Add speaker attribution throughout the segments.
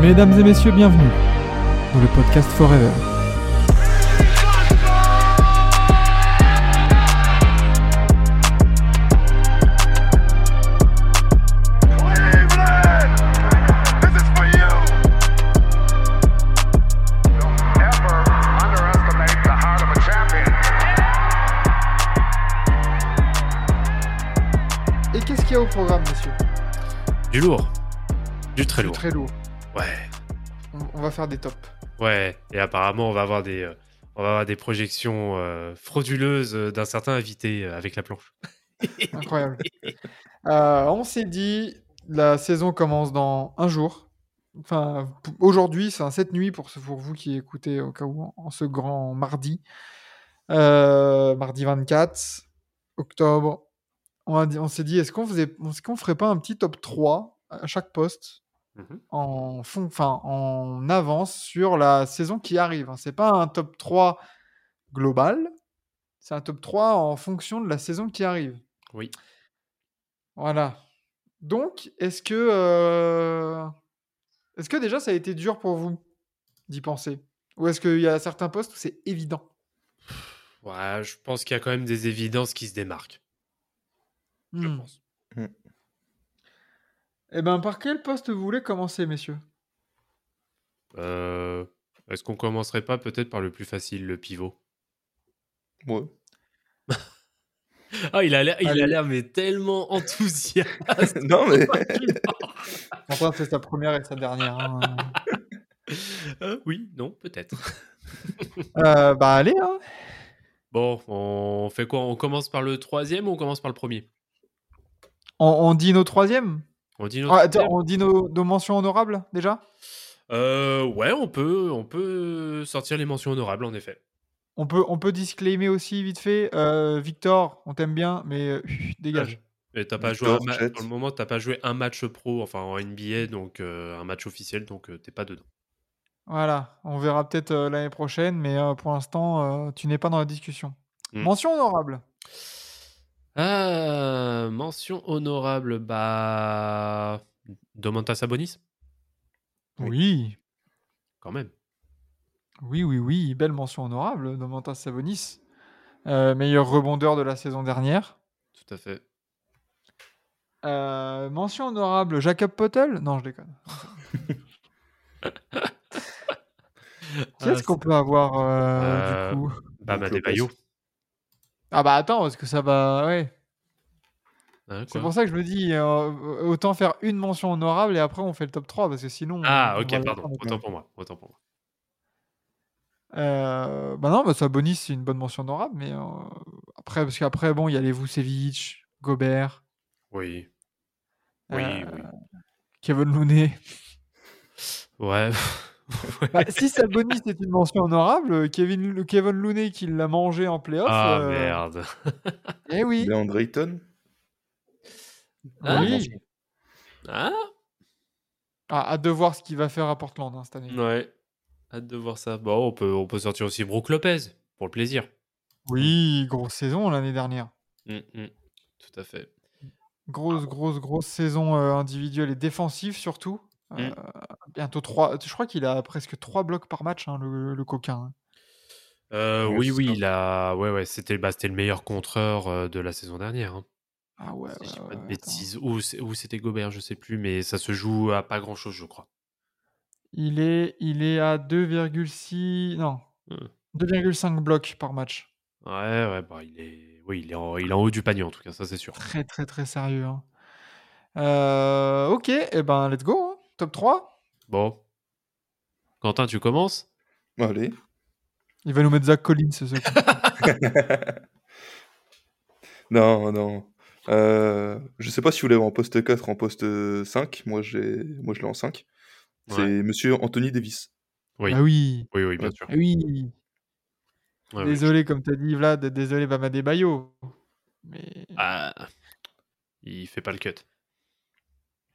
Speaker 1: Mesdames et messieurs, bienvenue dans le podcast Forever.
Speaker 2: Et qu'est-ce qu'il y a au programme, messieurs
Speaker 3: Du lourd. Du très lourd.
Speaker 2: Très lourd.
Speaker 3: Ouais.
Speaker 2: On, on va faire des tops.
Speaker 3: Ouais. Et apparemment, on va avoir des, euh, on va avoir des projections euh, frauduleuses euh, d'un certain invité euh, avec la planche.
Speaker 2: Incroyable. Euh, on s'est dit, la saison commence dans un jour. Enfin, p- aujourd'hui, c'est un 7 nuits pour, ce- pour vous qui écoutez au cas où en, en ce grand mardi. Euh, mardi 24 octobre. On, a dit- on s'est dit, est-ce qu'on faisait, est-ce qu'on ferait pas un petit top 3 à chaque poste
Speaker 3: Mhm.
Speaker 2: en, fond, enfin, en avance sur la saison qui arrive. hein. C'est pas un top 3 global, c'est un top 3 en fonction de la saison qui arrive.
Speaker 3: Oui.
Speaker 2: Voilà. Donc, est-ce que, euh, est-ce que déjà ça a été dur pour vous d'y penser Ou est-ce qu'il y a certains postes où c'est évident
Speaker 3: Ouais, je pense qu'il y a quand même des évidences qui se démarquent. Je
Speaker 2: Hmm.
Speaker 3: pense.
Speaker 2: Eh ben, par quel poste vous voulez commencer, messieurs
Speaker 3: Euh, Est-ce qu'on commencerait pas peut-être par le plus facile, le pivot
Speaker 4: Ouais.
Speaker 3: Ah, il a l'air, il
Speaker 2: Allez.
Speaker 3: a l'air mais tellement enthousiaste.
Speaker 4: non, mais
Speaker 2: Enfin, c'est sa première et sa dernière. hein.
Speaker 3: Euh, oui, non, peut-être.
Speaker 2: Euh, bah, allez, hein.
Speaker 3: Bon, on fait quoi On commence par le troisième ou on commence par le premier
Speaker 2: on, on dit nos troisièmes
Speaker 3: On dit notre
Speaker 2: Ah, attends,
Speaker 3: troisième
Speaker 2: On dit nos, nos mentions honorables déjà
Speaker 3: Euh, ouais, on peut, on peut sortir les mentions honorables en effet.
Speaker 2: on peut, on peut disclaimer aussi vite fait. euh, Victor, on t'aime bien, mais euh, dégage.
Speaker 3: Et t'as pas joué
Speaker 4: Victor,
Speaker 3: un ma-
Speaker 4: Jet.
Speaker 3: pour le moment, t'as pas joué un match pro, enfin en NBA, donc euh, un match officiel, donc euh, t'es pas dedans.
Speaker 2: Voilà, on verra peut-être euh, l'année prochaine, mais euh, pour l'instant, euh, tu n'es pas dans la discussion.
Speaker 3: Mm.
Speaker 2: Mention honorable.
Speaker 3: Ah, mention honorable, bah. Domantas Sabonis,
Speaker 2: Oui.
Speaker 3: quand même.
Speaker 2: oui, oui, oui, belle mention honorable, Domantas Sabonis. Euh, meilleur rebondeur de la saison dernière.
Speaker 3: Tout à fait.
Speaker 2: Euh, mention honorable, Jacob Potel Non, je déconne. Qu'est-ce
Speaker 3: Ah,
Speaker 2: qu'on peut avoir euh,
Speaker 3: Euh,
Speaker 2: du coup
Speaker 3: Bam
Speaker 4: Donc, Lopez.
Speaker 3: Adebayo.
Speaker 2: Ah bah attends, parce que ça va... Ouais.
Speaker 3: Hein,
Speaker 2: C'est
Speaker 3: quoi
Speaker 2: pour ça que je me dis, euh, autant faire une mention honorable et après on fait le top 3, parce que sinon...
Speaker 3: Ah,
Speaker 2: on- on va
Speaker 3: ok, pardon.
Speaker 2: l'attendre.
Speaker 3: Autant pour moi. Autant pour moi.
Speaker 2: Euh, bah non, bah Sabonis, c'est une bonne mention honorable, mais euh, après, parce qu'après, bon, il y a les Vucevic, Gobert,
Speaker 3: Oui. Oui,
Speaker 2: Euh,
Speaker 3: oui.
Speaker 2: Kevin Looney.
Speaker 3: Ouais.
Speaker 2: Bah, si Sabonis est une mention honorable, euh, Kevin, le Kevin Looney qui l'a mangé en playoff.
Speaker 3: ah
Speaker 2: euh,
Speaker 3: merde.
Speaker 2: Eh oui,
Speaker 4: Leandre Ayton
Speaker 3: Ah,
Speaker 2: oui.
Speaker 3: Ah
Speaker 2: Ah, hâte de voir ce qu'il va faire à Portland hein, cette année.
Speaker 3: Ouais. Hâte de voir ça. Bon, on peut, on peut sortir aussi Brook Lopez pour le plaisir.
Speaker 2: Oui, grosse saison l'année dernière.
Speaker 3: Mm, mm. Tout à fait.
Speaker 2: Grosse, grosse, grosse saison euh, individuelle et défensive surtout. Euh, bientôt 3, je crois qu'il a presque 3 blocs par match, hein, le, le coquin. hein.
Speaker 3: Euh,
Speaker 4: Ouais,
Speaker 3: oui,
Speaker 4: c'est
Speaker 3: oui,
Speaker 4: ça.
Speaker 3: il a... ouais, ouais, c'était bah, c'était le meilleur contreur euh, de la saison dernière. hein.
Speaker 2: Ah ouais,
Speaker 3: si je
Speaker 2: ouais,
Speaker 3: dis pas de
Speaker 2: ouais, attends.
Speaker 3: bêtises. Ou c'est- ou c'était Gobert, je sais plus, mais ça se joue à pas grand chose, je crois.
Speaker 2: Il est, il est à 2,6 non
Speaker 3: Hmm.
Speaker 2: 2,5 blocs par match.
Speaker 3: Ouais, ouais, bah, il est, oui, il est, en... il est en haut du panier en tout cas, ça c'est sûr.
Speaker 2: Très très très sérieux. hein. Euh, ok, et ben let's go. hein. Top 3.
Speaker 3: Bon, Quentin, tu commences
Speaker 4: Allez.
Speaker 2: Il va nous mettre Zach Collins ce soir.
Speaker 4: non, non. Euh, je sais pas si vous l'avez en poste 4, en poste 5. Moi, j'ai, moi je l'ai en 5.
Speaker 3: Ouais.
Speaker 4: C'est monsieur Anthony Davis.
Speaker 3: Oui.
Speaker 2: Ah oui.
Speaker 3: Oui, oui, bien sûr.
Speaker 2: Ah oui.
Speaker 3: Ouais, ouais.
Speaker 2: désolé comme t'as dit Vlad, désolé Bama Bayo. Mais,
Speaker 3: Ah, il fait pas le cut.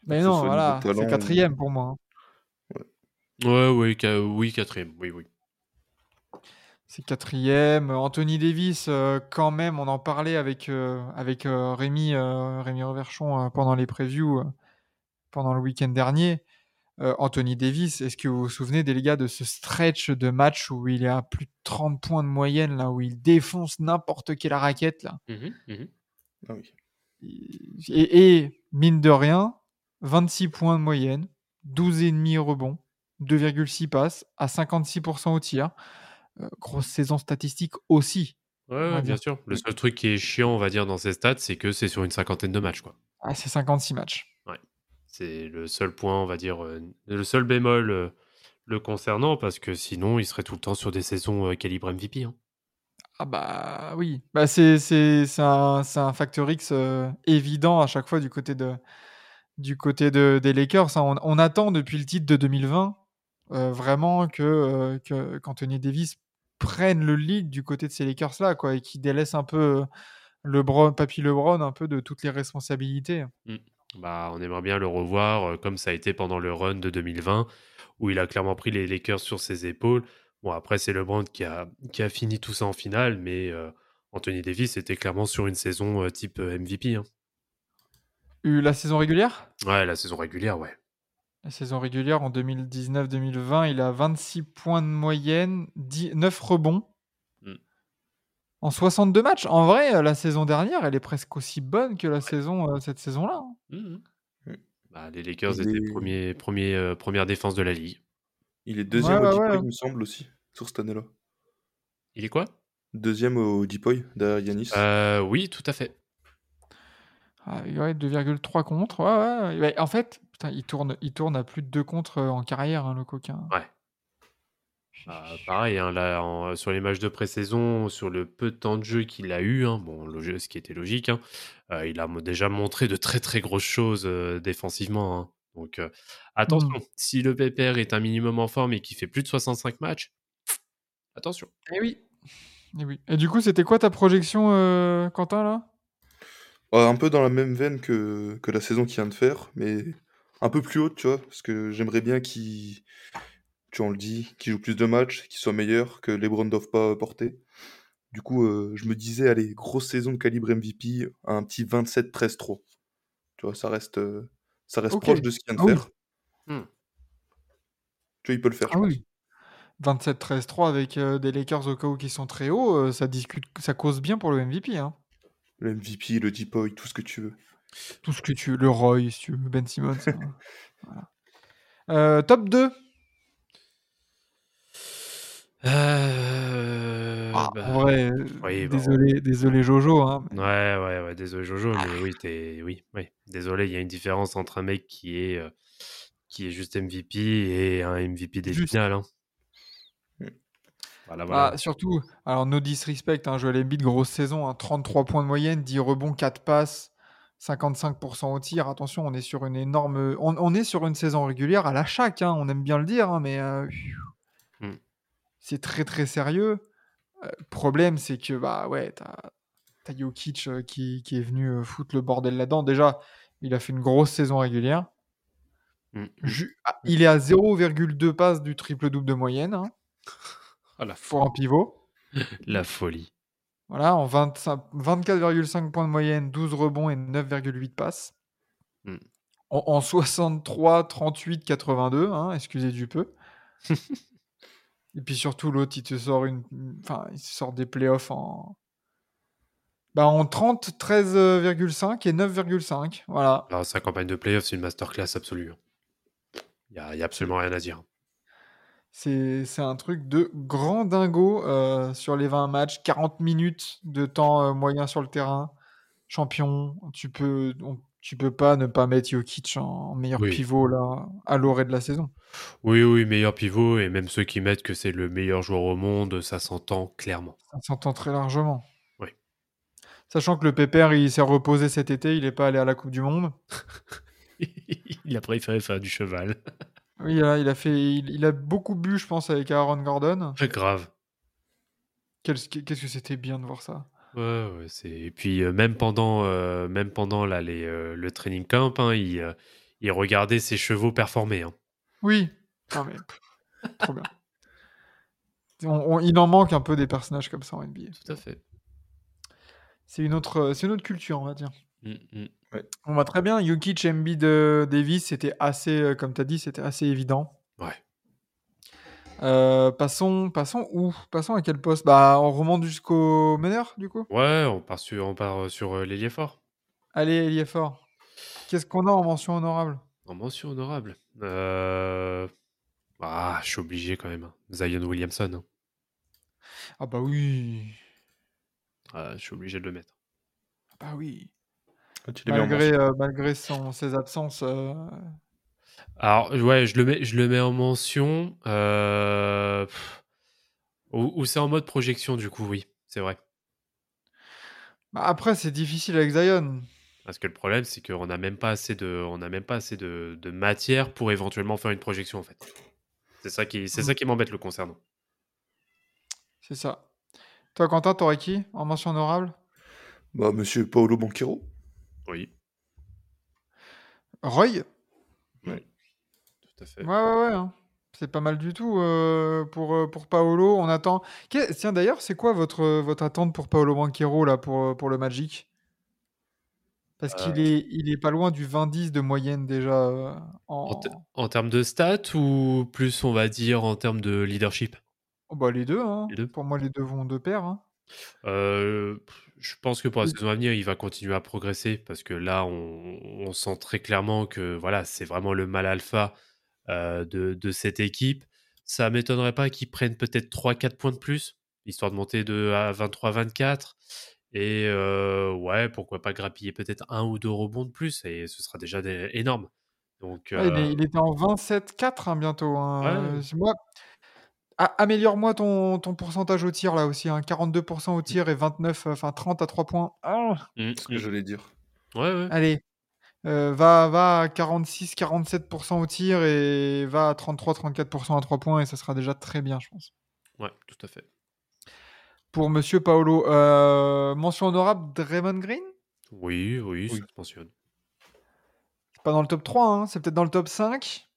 Speaker 2: mais
Speaker 4: que ce soit
Speaker 2: non,
Speaker 4: niveau
Speaker 2: voilà,
Speaker 4: talent
Speaker 2: c'est
Speaker 4: ou-
Speaker 2: quatrième pour moi. hein.
Speaker 3: Ouais, oui, ca- oui, quatrième, oui, oui.
Speaker 2: C'est quatrième. Anthony Davis, euh, quand même, on en parlait avec, euh, avec euh, Rémi, euh, Rémi Reverchon euh, pendant les previews, euh, pendant le week-end dernier. euh, Anthony Davis. Est-ce que vous vous souvenez des gars de ce stretch de match où il est à plus de 30 points de moyenne, là, où il défonce n'importe quelle raquette là
Speaker 3: Mhm, mhm.
Speaker 4: Ah oui.
Speaker 2: et, et, mine de rien, 26 points de moyenne, 12,5 rebonds, 2,6 passes, à 56% au tir. Euh, grosse saison statistique aussi.
Speaker 3: Ouais, ouais,
Speaker 2: va
Speaker 3: bien
Speaker 2: dire.
Speaker 3: sûr. Le seul truc qui est chiant, on va dire, dans ces stats, c'est que c'est sur une cinquantaine de matchs, quoi.
Speaker 2: Ah, c'est 56 matchs.
Speaker 3: C'est le seul point, on va dire, euh, le seul bémol euh, le concernant, parce que sinon, il serait tout le temps sur des saisons euh, calibre MVP. hein.
Speaker 2: Ah bah oui, bah c'est c'est- c'est un, c'est un facteur X euh, évident à chaque fois du côté, de, du côté de, des Lakers. hein. On, on attend depuis le titre de 2020 euh, vraiment que euh, que- qu'Anthony Davis prenne le lead du côté de ces Lakers-là quoi, et qu'il délaisse un peu euh, LeBron, Papy LeBron un peu de toutes les responsabilités.
Speaker 3: Bah, on aimerait bien le revoir, euh, comme ça a été pendant le run de 2020, où il a clairement pris les Lakers sur ses épaules. Bon, après, c'est LeBron qui a, qui a fini tout ça en finale, mais euh, Anthony Davis était clairement sur une saison euh, type euh, MVP. hein.
Speaker 2: Euh, La saison régulière
Speaker 3: Ouais, la saison régulière, ouais.
Speaker 2: La saison régulière en 2019-2020, il a 26 points de moyenne, 10 9 rebonds.
Speaker 3: Mm.
Speaker 2: En 62 matchs, en vrai, euh, la saison dernière, elle est presque aussi bonne que la saison euh, cette saison-là. hein.
Speaker 3: Mhm.
Speaker 4: Ouais.
Speaker 3: Bah, les Lakers
Speaker 4: Il
Speaker 3: étaient
Speaker 4: est-
Speaker 3: premiers, premiers, euh, première défense de la ligue.
Speaker 4: Il est deuxième
Speaker 2: Ouais,
Speaker 4: au
Speaker 2: ouais,
Speaker 4: Deepoy,
Speaker 2: ouais.
Speaker 4: il me semble aussi, sur cette année-là.
Speaker 3: Il est quoi
Speaker 4: Deuxième au Deepoy, derrière Yanis.
Speaker 3: Euh, Oui, tout à fait.
Speaker 2: Ah, ouais, 2,3 contre. ouais, ouais, ouais. En fait, putain, il tourne, il tourne à plus de 2 contre euh, en carrière, hein, le coquin.
Speaker 3: Ouais. Bah, pareil, hein, là, en- sur les matchs de pré-saison, sur le peu de temps de jeu qu'il a eu, hein, bon, log- ce qui était logique, hein, euh, il a mo- déjà montré de très très grosses choses euh, défensivement. hein. Donc euh, attention, si le PPR est un minimum en forme et qu'il fait plus de 65 matchs, attention.
Speaker 2: Et oui. Et oui. Et du coup, c'était quoi ta projection, euh, Quentin, là
Speaker 4: Euh, un peu dans la même veine que, que la saison qu'il vient de faire, mais un peu plus haute, tu vois, parce que j'aimerais bien qu'il, tu en le dis, qu'il joue plus de matchs, qu'il soit meilleur, que les ne doivent pas porter. Du coup, euh, je me disais, allez, grosse saison de calibre MVP, un petit 27-13-3. Tu vois, ça reste, euh, ça reste
Speaker 2: Ok.
Speaker 4: proche de ce qu'il vient de
Speaker 2: Ah oui. Ah
Speaker 4: faire.
Speaker 3: Hmm.
Speaker 4: Tu vois, il peut le faire, je pense.
Speaker 2: oui. 27-13-3 avec euh, des Lakers au cas où qui sont très hauts, euh, ça discute, ça cause bien pour le MVP. Hein.
Speaker 4: Le MVP, le Deepoy, tout ce que tu veux.
Speaker 2: tout ce que tu veux, le Roy, si tu veux, Ben Simmons. hein. Voilà. Euh, top 2.
Speaker 3: Euh,
Speaker 2: Ah,
Speaker 3: bah,
Speaker 2: en vrai, euh,
Speaker 3: oui, bah,
Speaker 2: désolé, désolé Jojo. hein, mais-
Speaker 3: Ouais, ouais, ouais, désolé Jojo, mais
Speaker 2: Ah.
Speaker 3: oui, t'es, oui, oui. Désolé, il y a une différence entre un mec qui est, euh, qui est juste MVP et un MVP des
Speaker 2: Juste. Mmh.
Speaker 3: finales. hein.
Speaker 4: Mm.
Speaker 3: Voilà,
Speaker 2: Bah,
Speaker 3: voilà.
Speaker 2: surtout, alors no disrespect, hein, Joel Embiid, grosse saison, hein, 33 points de moyenne, 10 rebonds, 4 passes, 55% au tir. Attention, on est sur une énorme. On, on est sur une saison régulière à la chaque, hein, on aime bien le dire, hein, mais euh,
Speaker 3: Hmm.
Speaker 2: c'est très très sérieux. Euh, problème, c'est que, bah ouais, t'as t'as Jokic euh, qui, qui est venu euh, foutre le bordel là-dedans. Déjà, il a fait une grosse saison régulière.
Speaker 3: Mm.
Speaker 2: Ju- ah, il est à 0,2 passes du triple-double de moyenne hein,
Speaker 3: Ah, la,
Speaker 2: pour un pivot.
Speaker 3: la folie.
Speaker 2: Voilà, en 25 24,5 points de moyenne, 12 rebonds et 9,8 passes.
Speaker 3: Mm.
Speaker 2: En, en 63, 38, 82, hein, excusez du peu. et puis surtout, l'autre, il te sort une. Enfin, il sort des playoffs en. Bah, en 30, 13,5 et 9,5. Voilà.
Speaker 3: Alors, sa campagne de playoff, c'est une masterclass absolue. hein. Il n'y a, y a absolument rien à dire.
Speaker 2: C'est c'est un truc de grand dingo euh, sur les 20 matchs, 40 minutes de temps euh, moyen sur le terrain. Champion, tu peux, on- tu peux pas ne pas mettre Jokic en, en meilleur
Speaker 3: Oui.
Speaker 2: pivot là, à l'orée de la saison.
Speaker 3: Oui, oui, meilleur pivot, et même ceux qui mettent que c'est le meilleur joueur au monde, ça s'entend clairement.
Speaker 2: Ça s'entend très largement.
Speaker 3: Oui.
Speaker 2: Sachant que le Pépère, il s'est reposé cet été, il n'est pas allé à la Coupe du Monde.
Speaker 3: il a préféré faire du cheval.
Speaker 2: Oui, il a, il a fait, il, il a beaucoup bu, je pense, avec Aaron Gordon.
Speaker 3: Grave.
Speaker 2: Quel- Qu'est-ce que c'était bien de voir ça.
Speaker 3: Ouais, ouais, c'est... Et puis euh, même pendant, euh, même pendant là, les, euh, le training camp, hein, il, euh, il regardait ses chevaux performer. hein.
Speaker 2: Oui. Non, mais pff, trop bien. On- on- il en manque un peu des personnages comme ça en NBA.
Speaker 3: Tout à fait.
Speaker 2: C'est une autre, c'est une autre culture, on va dire.
Speaker 3: Mm, mm.
Speaker 2: On va très bien. Jokic, Embiid, de Davis, c'était assez, euh, comme tu as dit, c'était assez évident.
Speaker 3: Ouais.
Speaker 2: Euh, passons, passons où Passons à quel poste Bah, on remonte jusqu'au meneur, du coup.
Speaker 3: Ouais, on part sur, on part sur euh, l'ailier fort.
Speaker 2: Allez, il est fort. Qu'est-ce qu'on a en mention honorable
Speaker 3: En mention honorable. Euh, Ah, je suis obligé quand même. hein. Zion Williamson. hein.
Speaker 2: Ah bah oui,
Speaker 3: Ah, je suis obligé de le mettre.
Speaker 2: ah bah oui.
Speaker 4: Ah, tu l'as mis en
Speaker 2: Malgré,
Speaker 4: mention.
Speaker 2: euh, malgré son, ses absences, euh,
Speaker 3: Alors, ouais, je le mets, je le mets en mention. euh, pff, Ou, ou c'est en mode projection, du coup, oui, c'est vrai.
Speaker 2: bah après c'est difficile avec Zion.
Speaker 3: Parce que le problème, c'est qu'on n'a même pas assez de, on n'a même pas assez de, de matière pour éventuellement faire une projection, en fait. C'est ça qui, c'est ça qui m'embête le concernant.
Speaker 2: C'est ça. Toi, Quentin, t'aurais qui en mention honorable
Speaker 4: Bah, monsieur Paolo Banquero.
Speaker 3: Oui,
Speaker 2: Roy
Speaker 3: tout à fait.
Speaker 2: Ouais, ouais, ouais. hein. C'est pas mal du tout euh, pour, euh, pour Paolo. On attend. Que- Tiens, d'ailleurs, c'est quoi votre, euh, votre attente pour Paolo Banquero là, pour, euh, pour le Magic Parce
Speaker 3: Euh.
Speaker 2: qu'il est, il est pas loin du 20-10 de moyenne déjà. euh, en...
Speaker 3: En, te- en termes de stats ou plus, on va dire, en termes de leadership
Speaker 2: Oh, bah, les, deux, hein.
Speaker 3: Les deux.
Speaker 2: Pour moi, les deux vont de pair. hein.
Speaker 3: Euh, Je pense que pour la
Speaker 2: Oui.
Speaker 3: saison à venir, il va continuer à progresser parce que là, on, on sent très clairement que voilà, c'est vraiment le mal alpha euh, de, de cette équipe. Ça m'étonnerait pas qu'ils prennent peut-être 3-4 points de plus, histoire de monter de à 23-24. Et euh, ouais, pourquoi pas grappiller peut-être un ou deux rebonds de plus, et ce sera déjà des- énorme. Donc,
Speaker 2: Ouais, il,
Speaker 3: euh,
Speaker 2: est- il était en 27-4 hein, bientôt. hein.
Speaker 3: Ouais.
Speaker 2: Euh, c'est- Moi, a- améliore-moi ton, ton pourcentage au tir là aussi. hein.
Speaker 3: Mmh.
Speaker 2: 42% au tir et 29, euh, enfin 30 à 3 points. Ah,
Speaker 3: mm,
Speaker 4: C'est ce que j'allais dire.
Speaker 3: mm. ouais, ouais.
Speaker 2: Allez, euh, va, va à 46-47% au tir et va à 33-34% à 3 points et ça sera déjà très bien, je pense.
Speaker 3: ouais, tout à fait.
Speaker 2: Pour Monsieur Paolo, euh, mention honorable Draymond Green
Speaker 3: Oui, oui,
Speaker 4: Oui.
Speaker 3: ça se mentionne.
Speaker 2: C'est pas dans le top 3, hein, c'est peut-être dans le top 5.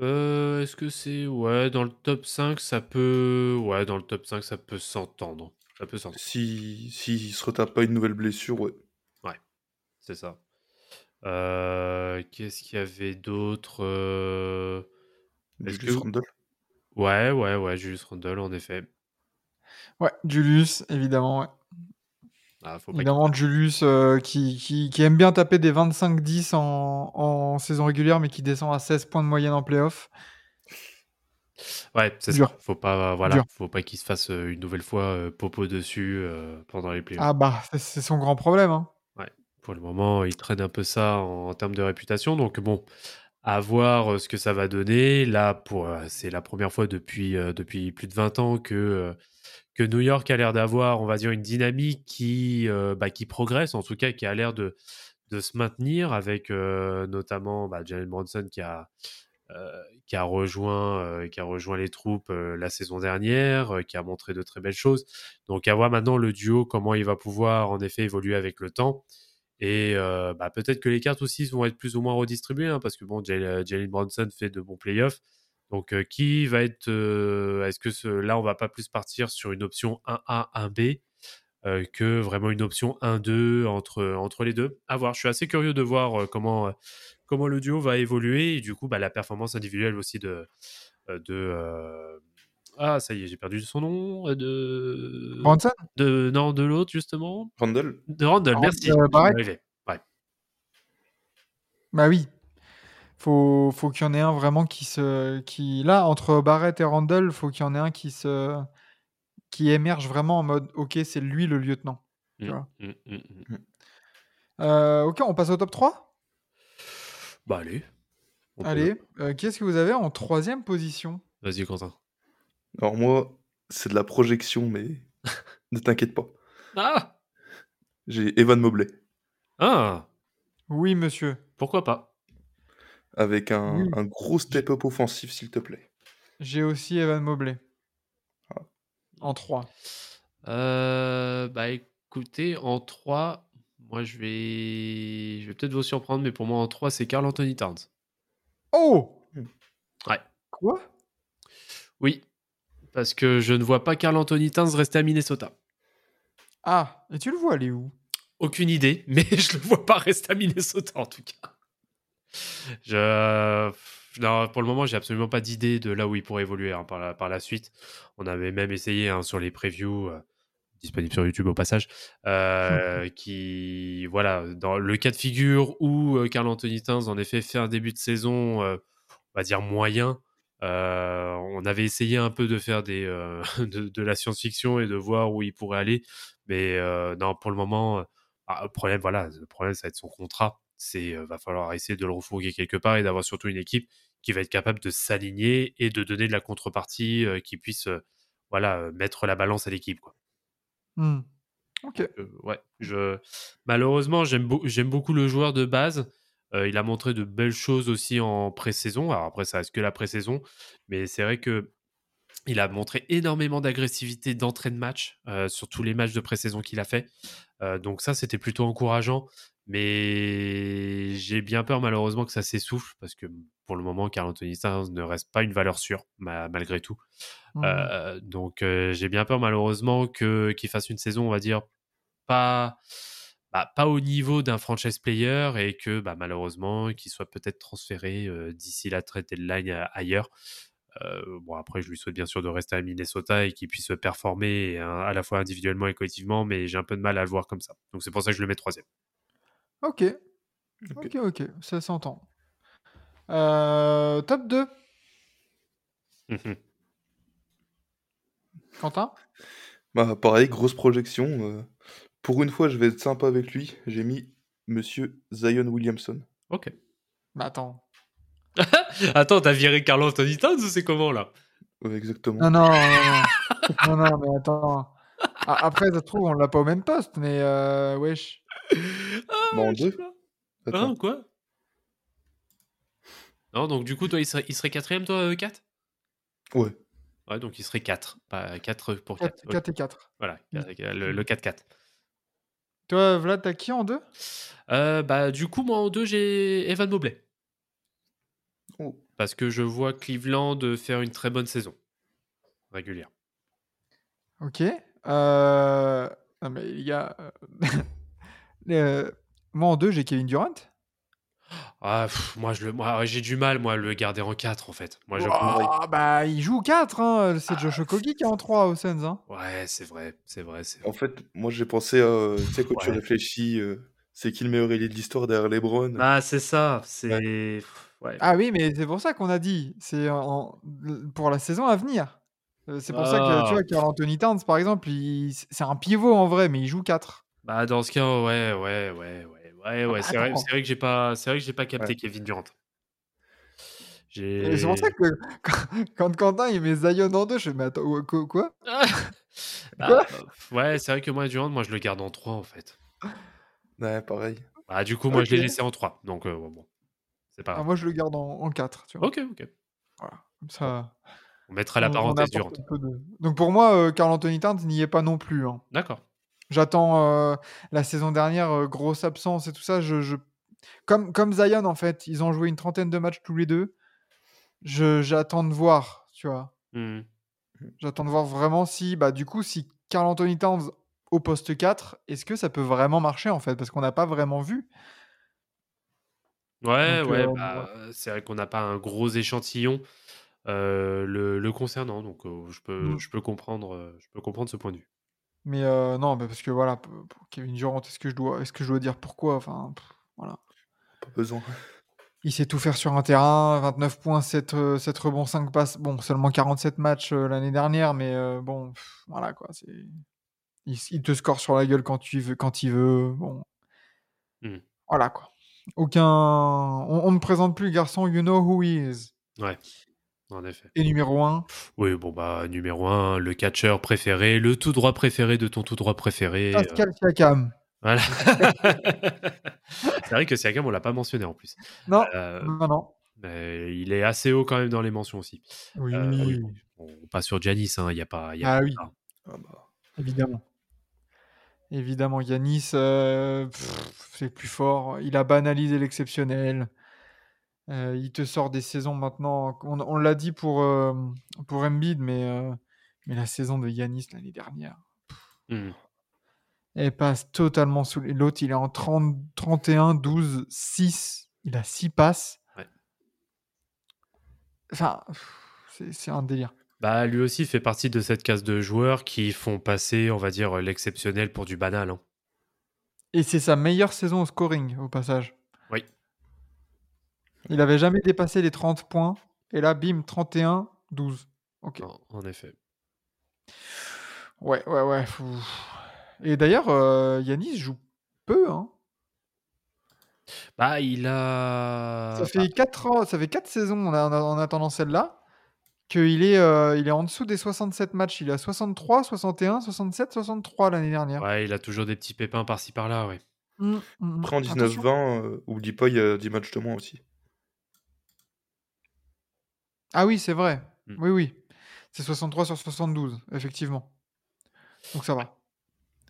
Speaker 3: Euh, est-ce que c'est ouais dans le top 5 ça peut ouais dans le top 5 ça peut s'entendre ça peut s'entendre
Speaker 4: Si, si il se retape pas une nouvelle blessure, ouais.
Speaker 3: c'est ça Euh, qu'est-ce qu'il y avait d'autre Euh, Est-ce
Speaker 4: Julius
Speaker 3: que-
Speaker 4: Randle.
Speaker 3: ouais ouais ouais Julius Randle en effet
Speaker 2: Ouais, Julius, évidemment. ouais.
Speaker 3: ah, faut pas qu'il-
Speaker 2: Évidemment, Julius euh, qui, qui- qui aime bien taper des 25-10 en, en saison régulière, mais qui descend à 16 points de moyenne en playoff.
Speaker 3: ouais c'est
Speaker 2: Dur.
Speaker 3: ça faut pas voilà
Speaker 2: Dur.
Speaker 3: faut pas qu'il se fasse euh, une nouvelle fois euh, popo dessus euh, pendant les playoffs
Speaker 2: Ah bah, c'est- c'est son grand problème. hein.
Speaker 3: pour le moment il traîne un peu ça en, en termes de réputation donc bon à voir euh, ce que ça va donner là pour euh, c'est la première fois depuis euh, depuis plus de 20 ans que euh, que New York a l'air d'avoir, on va dire, une dynamique qui, euh, bah, qui progresse, en tout cas, qui a l'air de, de se maintenir avec euh, notamment bah, Jalen Bronson qui a, euh, qui, a rejoint, euh, qui a rejoint les troupes euh, la saison dernière, euh, qui a montré de très belles choses. Donc, à voir maintenant le duo, comment il va pouvoir en effet évoluer avec le temps. Et euh, bah, peut-être que les cartes aussi vont être plus ou moins redistribuées, hein, parce que bon, Jal- Jalen Bronson fait de bons playoffs. Donc, euh, qui va être. euh, Est-ce que ce- là, on va pas plus partir sur une option 1A, 1B euh, que vraiment une option 1-2 entre, entre les deux À voir. Je suis assez curieux de voir euh, comment, euh, comment le duo va évoluer et du coup, bah, la performance individuelle aussi de. euh, de euh, ah, ça y est, j'ai perdu son nom. euh, De,
Speaker 2: Brunson
Speaker 3: de, non, de l'autre, justement.
Speaker 4: Randle
Speaker 3: De Randall,
Speaker 2: Rand-
Speaker 3: merci.
Speaker 2: euh,
Speaker 3: j'y
Speaker 2: Barrett
Speaker 3: arrivais. Ouais.
Speaker 2: Bah oui. Faut, faut qu'il y en ait un vraiment qui se. Qui, là, entre Barrett et Randall, faut qu'il y en ait un qui se. qui émerge vraiment en mode OK, c'est lui le lieutenant. Tu
Speaker 3: Mm,
Speaker 2: vois.
Speaker 3: mm, mm, mm.
Speaker 2: Euh, ok, on passe au top 3
Speaker 3: Bah, allez. On peut-
Speaker 2: Allez. Euh, Qu'est-ce que vous avez en troisième position
Speaker 3: Vas-y, Quentin.
Speaker 4: Alors moi, c'est de la projection, mais ne t'inquiète pas.
Speaker 3: Ah
Speaker 4: J'ai Evan Mobley
Speaker 3: Ah
Speaker 2: Oui, monsieur.
Speaker 3: Pourquoi pas
Speaker 4: avec un,
Speaker 3: Mmh.
Speaker 2: Oui.
Speaker 4: un gros step-up offensif, s'il te plaît.
Speaker 2: J'ai aussi Evan Mobley.
Speaker 4: Ah.
Speaker 2: En 3.
Speaker 3: Euh, bah écoutez, en 3, moi je vais, je vais peut-être vous surprendre, mais pour moi en 3, c'est Carl Anthony Towns.
Speaker 2: Oh
Speaker 4: Hmm.
Speaker 3: Ouais.
Speaker 2: Quoi
Speaker 3: Oui, parce que je ne vois pas Carl Anthony Towns rester à Minnesota.
Speaker 2: Ah, et tu le vois, aller où
Speaker 3: Aucune idée, mais je le vois pas rester à Minnesota en tout cas. Je... Non, pour le moment, j'ai absolument pas d'idée de là où il pourrait évoluer hein, par, la, par la suite. On avait même essayé hein, sur les previews euh, disponibles sur YouTube au passage, euh, qui voilà dans le cas de figure où euh, Carl Anthony Tins en effet fait un début de saison, euh, on va dire moyen. Euh, on avait essayé un peu de faire des, euh, de, de, la science-fiction et de voir où il pourrait aller, mais euh, non, pour le moment, bah, le problème, voilà, le problème, ça va être son contrat. C'est, va falloir essayer de le refourguer quelque part et d'avoir surtout une équipe qui va être capable de s'aligner et de donner de la contrepartie qui puisse, voilà, mettre la balance à l'équipe. Quoi.
Speaker 2: Mm. Ok.
Speaker 3: ouais. Je malheureusement, j'aime, bo- j'aime beaucoup le joueur de base. Euh, il a montré de belles choses aussi en pré-saison. Alors après, ça reste que la pré-saison, mais c'est vrai que il a montré énormément d'agressivité d'entrée de match euh, sur tous les matchs de pré-saison qu'il a fait. Euh, donc ça, c'était plutôt encourageant. Mais j'ai bien peur malheureusement que ça s'essouffle parce que pour le moment, Carl Anthony Towns ne reste pas une valeur sûre ma- malgré tout.
Speaker 2: Hmm.
Speaker 3: Mmh. donc j'ai bien peur malheureusement que qu'il fasse une saison, on va dire pas. Bah, pas au niveau d'un franchise player et que bah, malheureusement qu'il soit peut-être transféré euh, d'ici la traite deadline à, ailleurs. Euh, bon après je lui souhaite bien sûr de rester à Minnesota et qu'il puisse performer hein, à la fois individuellement et collectivement, mais j'ai un peu de mal à le voir comme ça. Donc c'est pour ça que je le mets troisième.
Speaker 2: Ok, ok, ok, ça s'entend. Euh, top 2 Quentin
Speaker 4: bah, Pareil, grosse projection. euh. Pour une fois, je vais être sympa avec lui. J'ai mis Monsieur Zion Williamson.
Speaker 3: Ok.
Speaker 2: Mais attends.
Speaker 3: attends, t'as viré Carl Anthony Towns ou c'est comment là
Speaker 4: Ouais, exactement.
Speaker 3: Ah,
Speaker 2: Non, non, non, non. non, non, mais attends. A- Après, ça se trouve, on l'a pas au même poste, mais euh, wesh.
Speaker 3: Ah,
Speaker 4: Bon, en
Speaker 3: je sais
Speaker 4: deux.
Speaker 3: pas.
Speaker 4: Attends.
Speaker 3: Hein, quoi Non, donc du coup, toi, il serait, il serait quatrième, toi, 4
Speaker 4: Ouais.
Speaker 3: Ouais, donc il serait 4. Pas 4 pour 4.
Speaker 2: 4, 4 et 4.
Speaker 3: Voilà, le le 4-4.
Speaker 2: Toi, Vlad, t'as qui en 2
Speaker 3: Euh, bah, du coup, moi en deux, j'ai Evan Mobley.
Speaker 4: Oh.
Speaker 3: Parce que je vois Cleveland faire une très bonne saison régulière.
Speaker 2: Ok. Euh... Non, mais les gars. euh, euh, Moi, en 2, j'ai Kevin Durant.
Speaker 3: Ah, pff, moi, je le, moi, j'ai du mal, moi, à le garder en 4, en fait. Moi, je
Speaker 2: Ouah, bah, il joue 4. Hein. C'est
Speaker 3: Ah.
Speaker 2: Josh Okogi qui est en 3 au Suns. Hein.
Speaker 3: Ouais, c'est vrai, c'est vrai, c'est vrai.
Speaker 4: En fait, moi j'ai pensé à. euh, Tu sais, quand tu
Speaker 3: Ouais.
Speaker 4: réfléchis, euh, c'est qui le meilleur ailier de l'histoire derrière Lebron
Speaker 3: Bah, c'est ça, c'est... Ouais.
Speaker 2: Ah oui, mais c'est pour ça qu'on a dit. C'est en- pour la saison à venir. Euh, C'est pour ça que tu
Speaker 3: Ah.
Speaker 2: vois, Carl Anthony Towns, par exemple, il- c'est un pivot en vrai, mais il joue 4.
Speaker 3: Bah, dans ce cas, ouais, ouais, ouais, ouais, ouais, ouais, c'est vrai,
Speaker 2: attends.
Speaker 3: c'est vrai que j'ai pas, c'est vrai que j'ai pas capté Kevin Durant. J'ai...
Speaker 2: Et c'est pour ça que quand Quentin il met Zion en 2, je fais, mais attends, ouais, quoi, quoi
Speaker 3: Ah.
Speaker 2: Quoi
Speaker 3: Bah, euh, ouais, c'est vrai que moi, Durant, moi, je le garde en 3, en fait.
Speaker 4: Ouais, pareil.
Speaker 3: Bah, du coup, moi, je l'ai
Speaker 2: Ok.
Speaker 3: laissé en 3. Donc, euh, bon, bon. c'est pas
Speaker 2: Ah,
Speaker 3: grave.
Speaker 2: Moi, je le garde en, 4. Tu vois,
Speaker 3: ok, ok.
Speaker 2: comme ça.
Speaker 3: On mettra la
Speaker 2: on- on
Speaker 3: parenthèse
Speaker 2: apporte
Speaker 3: Durant.
Speaker 2: un peu de- Donc pour moi, euh, Carl Anthony Towns n'y est pas non plus. hein.
Speaker 3: D'accord.
Speaker 2: J'attends euh, la saison dernière, euh, grosse absence et tout ça. Je, je- Comme, comme Zion, en fait, ils ont joué une trentaine de matchs tous les deux. Je- J'attends de voir, tu vois.
Speaker 3: Hmm.
Speaker 2: J'attends de voir vraiment si, bah, du coup, si Carl Anthony Towns au poste 4, est-ce que ça peut vraiment marcher, en fait Parce qu'on n'a pas vraiment vu.
Speaker 3: Ouais,
Speaker 2: Donc,
Speaker 3: ouais,
Speaker 2: euh,
Speaker 3: bah, c'est vrai qu'on n'a pas un gros échantillon euh, le, le concernant. Donc, euh, je, peux,
Speaker 2: Mm.
Speaker 3: je, peux comprendre, euh, je peux comprendre ce point de vue.
Speaker 2: Mais euh, non, bah, parce que voilà, p- pour Kevin Durant, est-ce que, est que je dois dire pourquoi enfin, pff, voilà.
Speaker 4: Pas besoin.
Speaker 2: Il sait tout faire sur un terrain, 29 points, 7, euh, 7 rebonds, 5 passes. Bon, seulement 47 matchs euh, l'année dernière, mais euh, bon, pff, voilà quoi. c'est- Il, s- il te score sur la gueule quand, tu veux, quand il veut. Bon.
Speaker 3: Hmm.
Speaker 2: Voilà quoi. Aucun. On, on ne présente plus le garçon, you know who he is.
Speaker 3: En effet.
Speaker 2: Et numéro 1.
Speaker 3: Oui, bon, bah, numéro 1, le catcheur préféré, le tout droit préféré de ton tout droit préféré. euh,
Speaker 2: Pascal Siakam.
Speaker 3: voilà. c'est vrai que Siakam, on l'a pas mentionné en plus.
Speaker 2: Non,
Speaker 3: Euh,
Speaker 2: non, non.
Speaker 3: mais il est assez haut quand même dans les mentions aussi.
Speaker 2: Oui,
Speaker 3: Euh, oui, bon, on passe sur Janis, il n'y a pas. y a
Speaker 2: Ah
Speaker 3: pas-
Speaker 2: oui.
Speaker 4: Ah bah,
Speaker 2: évidemment. Évidemment, Yanis, euh, pff, c'est plus fort. Il a banalisé l'exceptionnel. Euh, il te sort des saisons maintenant. On, on l'a dit pour, euh, pour
Speaker 3: Mmh.
Speaker 2: Embiid, mais, euh, mais la saison de Yanis l'année dernière.
Speaker 3: Hmm.
Speaker 2: et passe totalement sous les- l'autre. Il est en 30, 31, 12, 6. Il a 6 passes.
Speaker 3: Ouais.
Speaker 2: Enfin, pff, c'est c'est un délire.
Speaker 3: Bah, lui aussi fait partie de cette case de joueurs qui font passer, on va dire, l'exceptionnel pour du banal. hein.
Speaker 2: Et c'est sa meilleure saison au scoring, au passage.
Speaker 3: Oui.
Speaker 2: Il avait jamais dépassé les 30 points. Et là, bim, 31, 12. Ok.
Speaker 3: En, en effet.
Speaker 2: Ouais, ouais, ouais. faut- Et d'ailleurs, euh, Yanis joue peu. Hein.
Speaker 3: Bah, il a. Ah,
Speaker 2: ça, fait quatre ans, ça fait 4 saisons en, a- en attendant celle-là qu'il est, euh, il est en dessous des 67 matchs. Il est à 63, 61, 67, 63 l'année dernière.
Speaker 3: Ouais, il a toujours des petits pépins par-ci par-là, ouais.
Speaker 2: Mm, mm, mm.
Speaker 4: Après, en
Speaker 2: Attention.
Speaker 4: 19-20, euh, oublie pas, il y a 10 matchs de moins aussi.
Speaker 2: Ah oui, c'est vrai.
Speaker 3: Mm.
Speaker 2: Oui, oui. C'est 63 sur 72, effectivement. Donc ça va.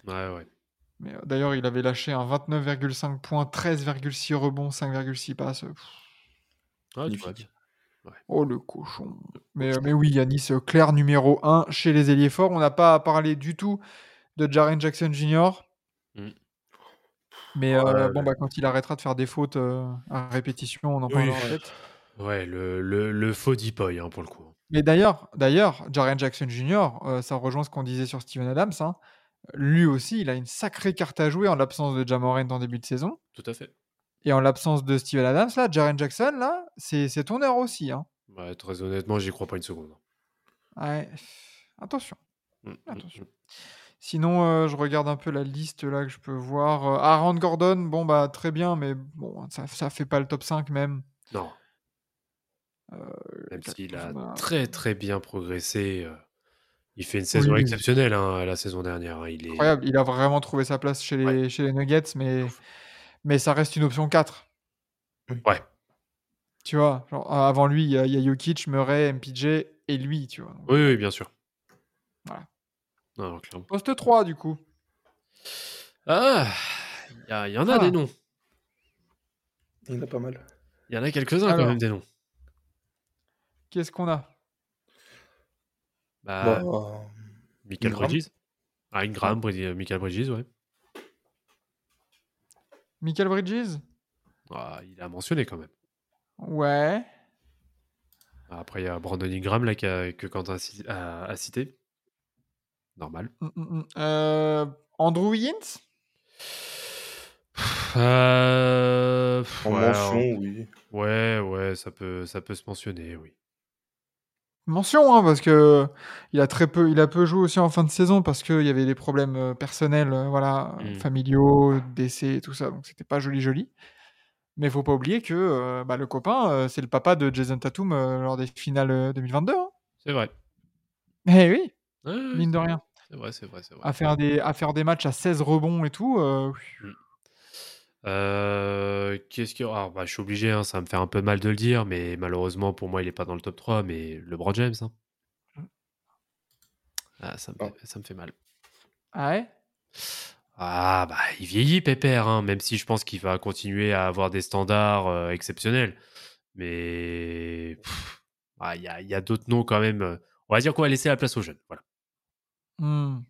Speaker 3: Ouais, ouais.
Speaker 2: Mais euh, d'ailleurs, il avait lâché un 29,5 points, 13,6 rebonds, 5,6 passes. Pff,
Speaker 3: Ouais, tu
Speaker 4: Magnifique.
Speaker 3: vois bien.
Speaker 2: Oh le cochon. Mais, euh, mais oui, Yanis, euh, clair numéro 1 chez les ailiers forts. On n'a pas parlé du tout de Jaren Jackson Jr.
Speaker 3: Mm.
Speaker 2: Mais euh,
Speaker 3: Oh là là.
Speaker 2: bon, bah, quand il arrêtera de faire des fautes euh, à répétition, on en
Speaker 3: Oui.
Speaker 2: parlera peut-être.
Speaker 3: Ouais, le, le, le faux Deepoy, hein, pour le coup.
Speaker 2: Mais d'ailleurs, d'ailleurs, Jaren Jackson Jr., euh, ça rejoint ce qu'on disait sur Steven Adams. hein. Lui aussi, il a une sacrée carte à jouer en l'absence de Jamorant en début de saison.
Speaker 3: Tout à fait.
Speaker 2: Et en l'absence de Steven Adams, là, Jaren Jackson, là, c'est c'est ton heure aussi. Hein.
Speaker 3: Ouais, Bah, très honnêtement, j'y crois pas une seconde.
Speaker 2: Ouais. Attention.
Speaker 3: Mm, mm,
Speaker 2: Attention. Sinon, euh, je regarde un peu la liste là que je peux voir. Euh, Aaron Gordon, bon bah très bien, mais bon, ça, ça fait pas le top 5 même.
Speaker 3: mm. Non. Même
Speaker 2: t'as-
Speaker 3: Euh, s'il
Speaker 2: t'as-
Speaker 3: a
Speaker 2: bah,
Speaker 3: très très bien progressé. euh, Il fait une saison
Speaker 2: Oui, oui.
Speaker 3: exceptionnelle hein, la saison dernière. hein, Il est...
Speaker 2: Incroyable, il a vraiment trouvé sa place chez les, chez les Nuggets, mais, mais ça reste une option 4.
Speaker 3: Ouais.
Speaker 2: Tu vois, genre, euh, avant lui, il y, a- il y a Jokic, Murray, MPJ et lui, tu vois.
Speaker 3: Oui, oui, bien sûr.
Speaker 2: Voilà.
Speaker 3: Non, non, clairement.
Speaker 2: Poste 3 du coup.
Speaker 3: Ah Il y, a- il y en a
Speaker 2: Ah.
Speaker 3: des noms.
Speaker 4: Il y en a pas mal.
Speaker 3: Il y en a quelques-uns quand
Speaker 2: Alors.
Speaker 3: même des noms.
Speaker 2: Qu'est-ce qu'on a
Speaker 3: Bah,
Speaker 4: Bah,
Speaker 3: Michael
Speaker 4: Ingram.
Speaker 3: Bridges. Ah, Ingram, Brid- Michael Bridges, ouais.
Speaker 2: Michael Bridges
Speaker 3: Ah, il a mentionné quand même.
Speaker 2: Ouais.
Speaker 3: Après, il y a Brandon Ingram là, qui a- que Quentin ci- a, a cité. Normal.
Speaker 2: Mm, mm, mm. Euh, Andrew Wiggins
Speaker 3: Euh,
Speaker 4: en
Speaker 3: ouais,
Speaker 4: mention, oui.
Speaker 3: Ouais, ouais, ça peut, ça peut se mentionner, oui.
Speaker 2: Mention, hein, parce que il a très peu, il a peu joué aussi en fin de saison parce qu'il y avait des problèmes euh, personnels, euh, voilà, euh,
Speaker 3: Mm.
Speaker 2: familiaux, décès et tout ça, donc c'était pas joli joli. Mais faut pas oublier que euh, bah, le copain, euh, c'est le papa de Jason Tatum euh, lors des finales euh, 2022. hein.
Speaker 3: C'est vrai.
Speaker 2: Eh oui,
Speaker 3: Ouais, ouais,
Speaker 2: mine de
Speaker 3: c'est-
Speaker 2: rien. Ah.
Speaker 3: C'est vrai, c'est vrai, c'est vrai.
Speaker 2: À faire des, à faire des matchs à 16 rebonds et tout. euh,
Speaker 3: Euh, Qu'est-ce qu'il y a Alors, bah, Je suis obligé, hein, ça va me fait un peu mal de le dire, mais malheureusement, pour moi, il n'est pas dans le top 3, mais LeBron James. hein. Ah, ça, me
Speaker 4: Ah.
Speaker 3: fait, ça me fait mal.
Speaker 2: ah ouais
Speaker 3: Ah, bah, il vieillit, Pépère, hein, même si je pense qu'il va continuer à avoir des standards euh, exceptionnels. Mais pff, ah, il y a, il y a d'autres noms quand même. euh, On va dire qu'on va laisser la place aux jeunes. Voilà.
Speaker 2: Hmm.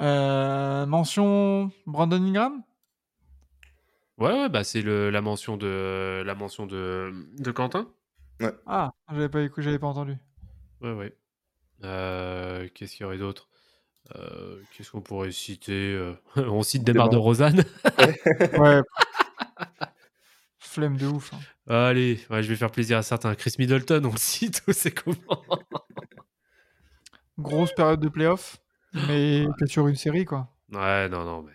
Speaker 2: Euh, mention Brandon Ingram
Speaker 3: Ouais, ouais, bah, c'est le- la mention de, la mention de, de Quentin.
Speaker 2: Ah, j'avais pas écouté, j'avais pas entendu.
Speaker 3: Ouais, ouais. Euh, Qu'est-ce qu'il y aurait d'autre Euh, Qu'est-ce qu'on pourrait citer euh, On cite Demar de
Speaker 4: Demar.
Speaker 3: Rosanne.
Speaker 2: Ouais. Flemme de ouf. hein.
Speaker 3: Allez, ouais, je vais faire plaisir à certains. Chris Middleton, on le cite ou c'est comment
Speaker 2: Grosse période de playoff, mais que sur une série, quoi.
Speaker 3: Ouais, non, non, mais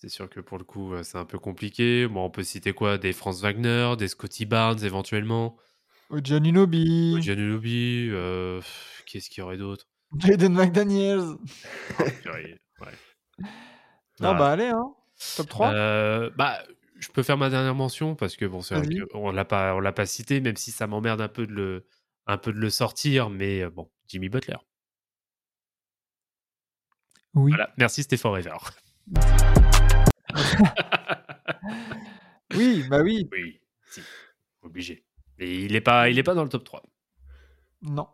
Speaker 3: c'est sûr que pour le coup, euh, c'est un peu compliqué. Bon, on peut citer quoi Des Franz Wagner, des Scotty Barnes éventuellement,
Speaker 2: Gianinobi,
Speaker 3: Gianluigi, euh, pff, Qu'est-ce qu'il y aurait d'autre
Speaker 2: Jaden McDaniels.
Speaker 3: Purée, ouais.
Speaker 2: Non,
Speaker 3: Ah.
Speaker 2: bah allez, hein. Top 3
Speaker 3: Euh, bah, je peux faire ma dernière mention parce que bon, c'est vrai
Speaker 2: Vas-y.
Speaker 3: qu'on l'a pas, on l'a pas cité, même si ça m'emmerde un peu de le, un peu de le sortir, mais euh, bon, Jimmy Butler.
Speaker 2: Oui.
Speaker 3: Voilà, merci c'était Forever.
Speaker 2: Oui, bah oui.
Speaker 3: Oui, si, obligé. Mais il est pas, il est pas dans le top 3.
Speaker 2: Non.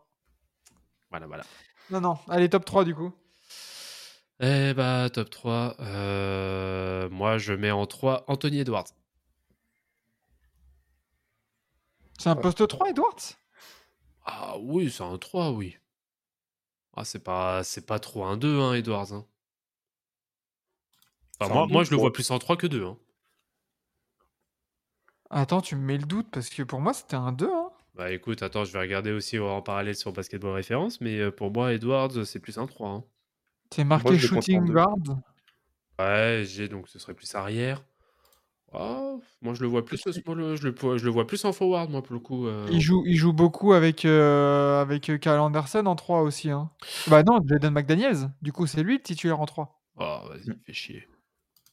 Speaker 3: Voilà, voilà.
Speaker 2: Non, non. Allez, top 3 du coup.
Speaker 3: Eh bah, top 3. euh, moi, je mets en 3 Anthony Edwards.
Speaker 2: C'est un
Speaker 4: Ouais.
Speaker 2: poste 3, Edwards
Speaker 3: Ah oui, c'est un 3, oui. Ah, c'est pas, c'est pas trop un 2, hein, Edwards. hein. Enfin,
Speaker 4: C'est un
Speaker 3: moi,
Speaker 4: deux,
Speaker 3: moi, je le
Speaker 4: trois.
Speaker 3: vois plus en 3 que 2. Hein.
Speaker 2: Attends, tu me mets le doute parce que pour moi c'était un 2. Hein.
Speaker 3: Bah écoute, attends, je vais regarder aussi en parallèle sur Basketball Référence, mais euh, pour moi, Edwards, c'est plus un 3. hein.
Speaker 2: C'est marqué
Speaker 4: je le compte en
Speaker 2: shooting
Speaker 4: deux.
Speaker 2: guard.
Speaker 3: Ouais, j'ai donc ce serait plus arrière. Ah, moi, je le vois plus, au small- je, le, je le vois plus en forward, moi, pour le coup. euh,
Speaker 2: Il joue, il joue beaucoup avec, euh, avec euh, Kyle Anderson en 3 aussi. Hein. Bah non, Jaden McDaniels. Du coup, c'est lui le titulaire en 3.
Speaker 3: Oh,
Speaker 2: Mm.
Speaker 3: vas-y, fais chier.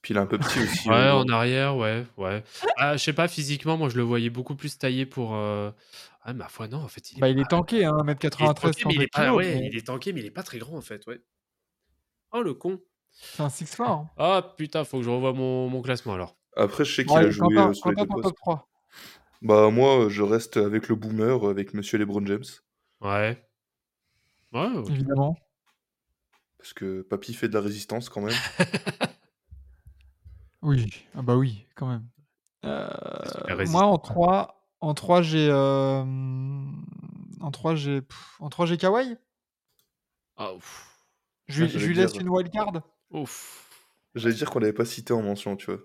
Speaker 4: Puis il est un peu petit aussi.
Speaker 3: Ouais,
Speaker 4: euh,
Speaker 3: en arrière, ouais, ouais. Ah, je sais pas, physiquement, moi, je le voyais beaucoup plus taillé pour. euh, Ah, ma foi, non, en fait, il est
Speaker 2: Bah, il est
Speaker 3: pas-
Speaker 2: tanké, hein,
Speaker 3: Il est
Speaker 2: 1m93.
Speaker 3: tanké, mais il est
Speaker 2: 102
Speaker 3: pas-
Speaker 2: kilos,
Speaker 3: ouais,
Speaker 2: mais
Speaker 3: il est tanké, mais il est pas très grand en fait, ouais. Oh le con.
Speaker 2: C'est un 6 4 hein.
Speaker 3: Ah putain, faut que je revoie mon, mon classement alors.
Speaker 4: Après, je sais qu'il
Speaker 2: Bon,
Speaker 4: a
Speaker 2: allez,
Speaker 4: joué
Speaker 2: Quentin-
Speaker 4: euh, sur les
Speaker 2: Quentin,
Speaker 4: deux
Speaker 2: ton
Speaker 4: postes.
Speaker 2: top 3.
Speaker 4: Bah, moi, euh, je reste avec le boomer, euh, avec monsieur LeBron James.
Speaker 3: Ouais. Ouais. ouais.
Speaker 2: Évidemment.
Speaker 4: Parce que Papy fait de la résistance quand même.
Speaker 2: Oui, ah bah oui, quand même. Euh,
Speaker 3: super
Speaker 2: moi,
Speaker 3: résistant.
Speaker 2: en 3, en 3 j'ai. euh, en 3, j'ai. pff, En 3, j'ai Kawhi.
Speaker 3: Ah, ouf.
Speaker 2: Je, lui-
Speaker 4: j'allais
Speaker 2: je lui laisse
Speaker 4: dire.
Speaker 2: une wildcard.
Speaker 3: Ouf.
Speaker 4: J'allais dire qu'on l'avait pas cité en mention, tu vois.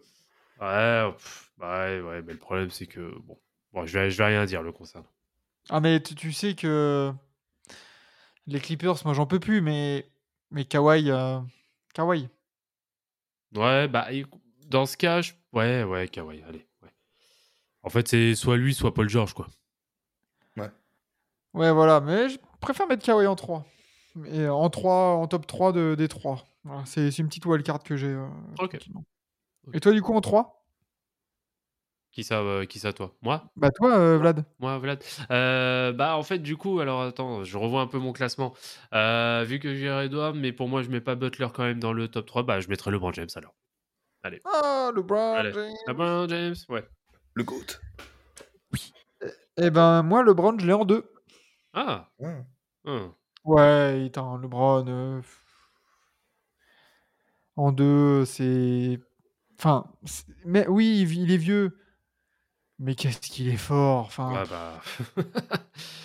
Speaker 3: Ouais, oh, pff, ouais, ouais, mais le problème c'est que bon, bon je, vais, je vais rien dire le concernant.
Speaker 2: Ah, mais tu, tu sais que. Les Clippers, moi, j'en peux plus, mais. Mais Kawhi. euh, Kawhi.
Speaker 3: Ouais, bah écou- dans ce cas, je... ouais, ouais, Kawhi, allez. ouais. En fait, c'est soit lui, soit Paul George quoi.
Speaker 2: Ouais, voilà, mais je préfère mettre Kawhi en 3. Et en 3, en top 3 de, des 3. Voilà, c'est c'est une petite wildcard que j'ai. euh,
Speaker 3: Ok.
Speaker 2: tranquillement. Et toi, du coup, en 3
Speaker 3: Qui ça, euh, qui ça toi Moi
Speaker 2: Bah, toi, euh, Vlad.
Speaker 3: Moi, Vlad. Euh, bah, en fait, du coup, alors attends, je revois un peu mon classement. Euh, vu que j'ai Edouard, mais pour moi, je mets pas Butler quand même dans le top 3, bah, je mettrai LeBron James alors.
Speaker 2: Ah, LeBron
Speaker 3: Allez.
Speaker 2: James.
Speaker 3: LeBron James Ouais.
Speaker 4: Le GOAT.
Speaker 2: Eh ben, moi, LeBron, je l'ai en 2.
Speaker 3: Ah
Speaker 4: Ouais.
Speaker 3: hum.
Speaker 2: Ouais, il est en LeBron. euh, En 2, c'est. Enfin, c'est- mais oui, il- il est vieux. Mais qu'est-ce qu'il est fort. Enfin,
Speaker 3: Ah bah.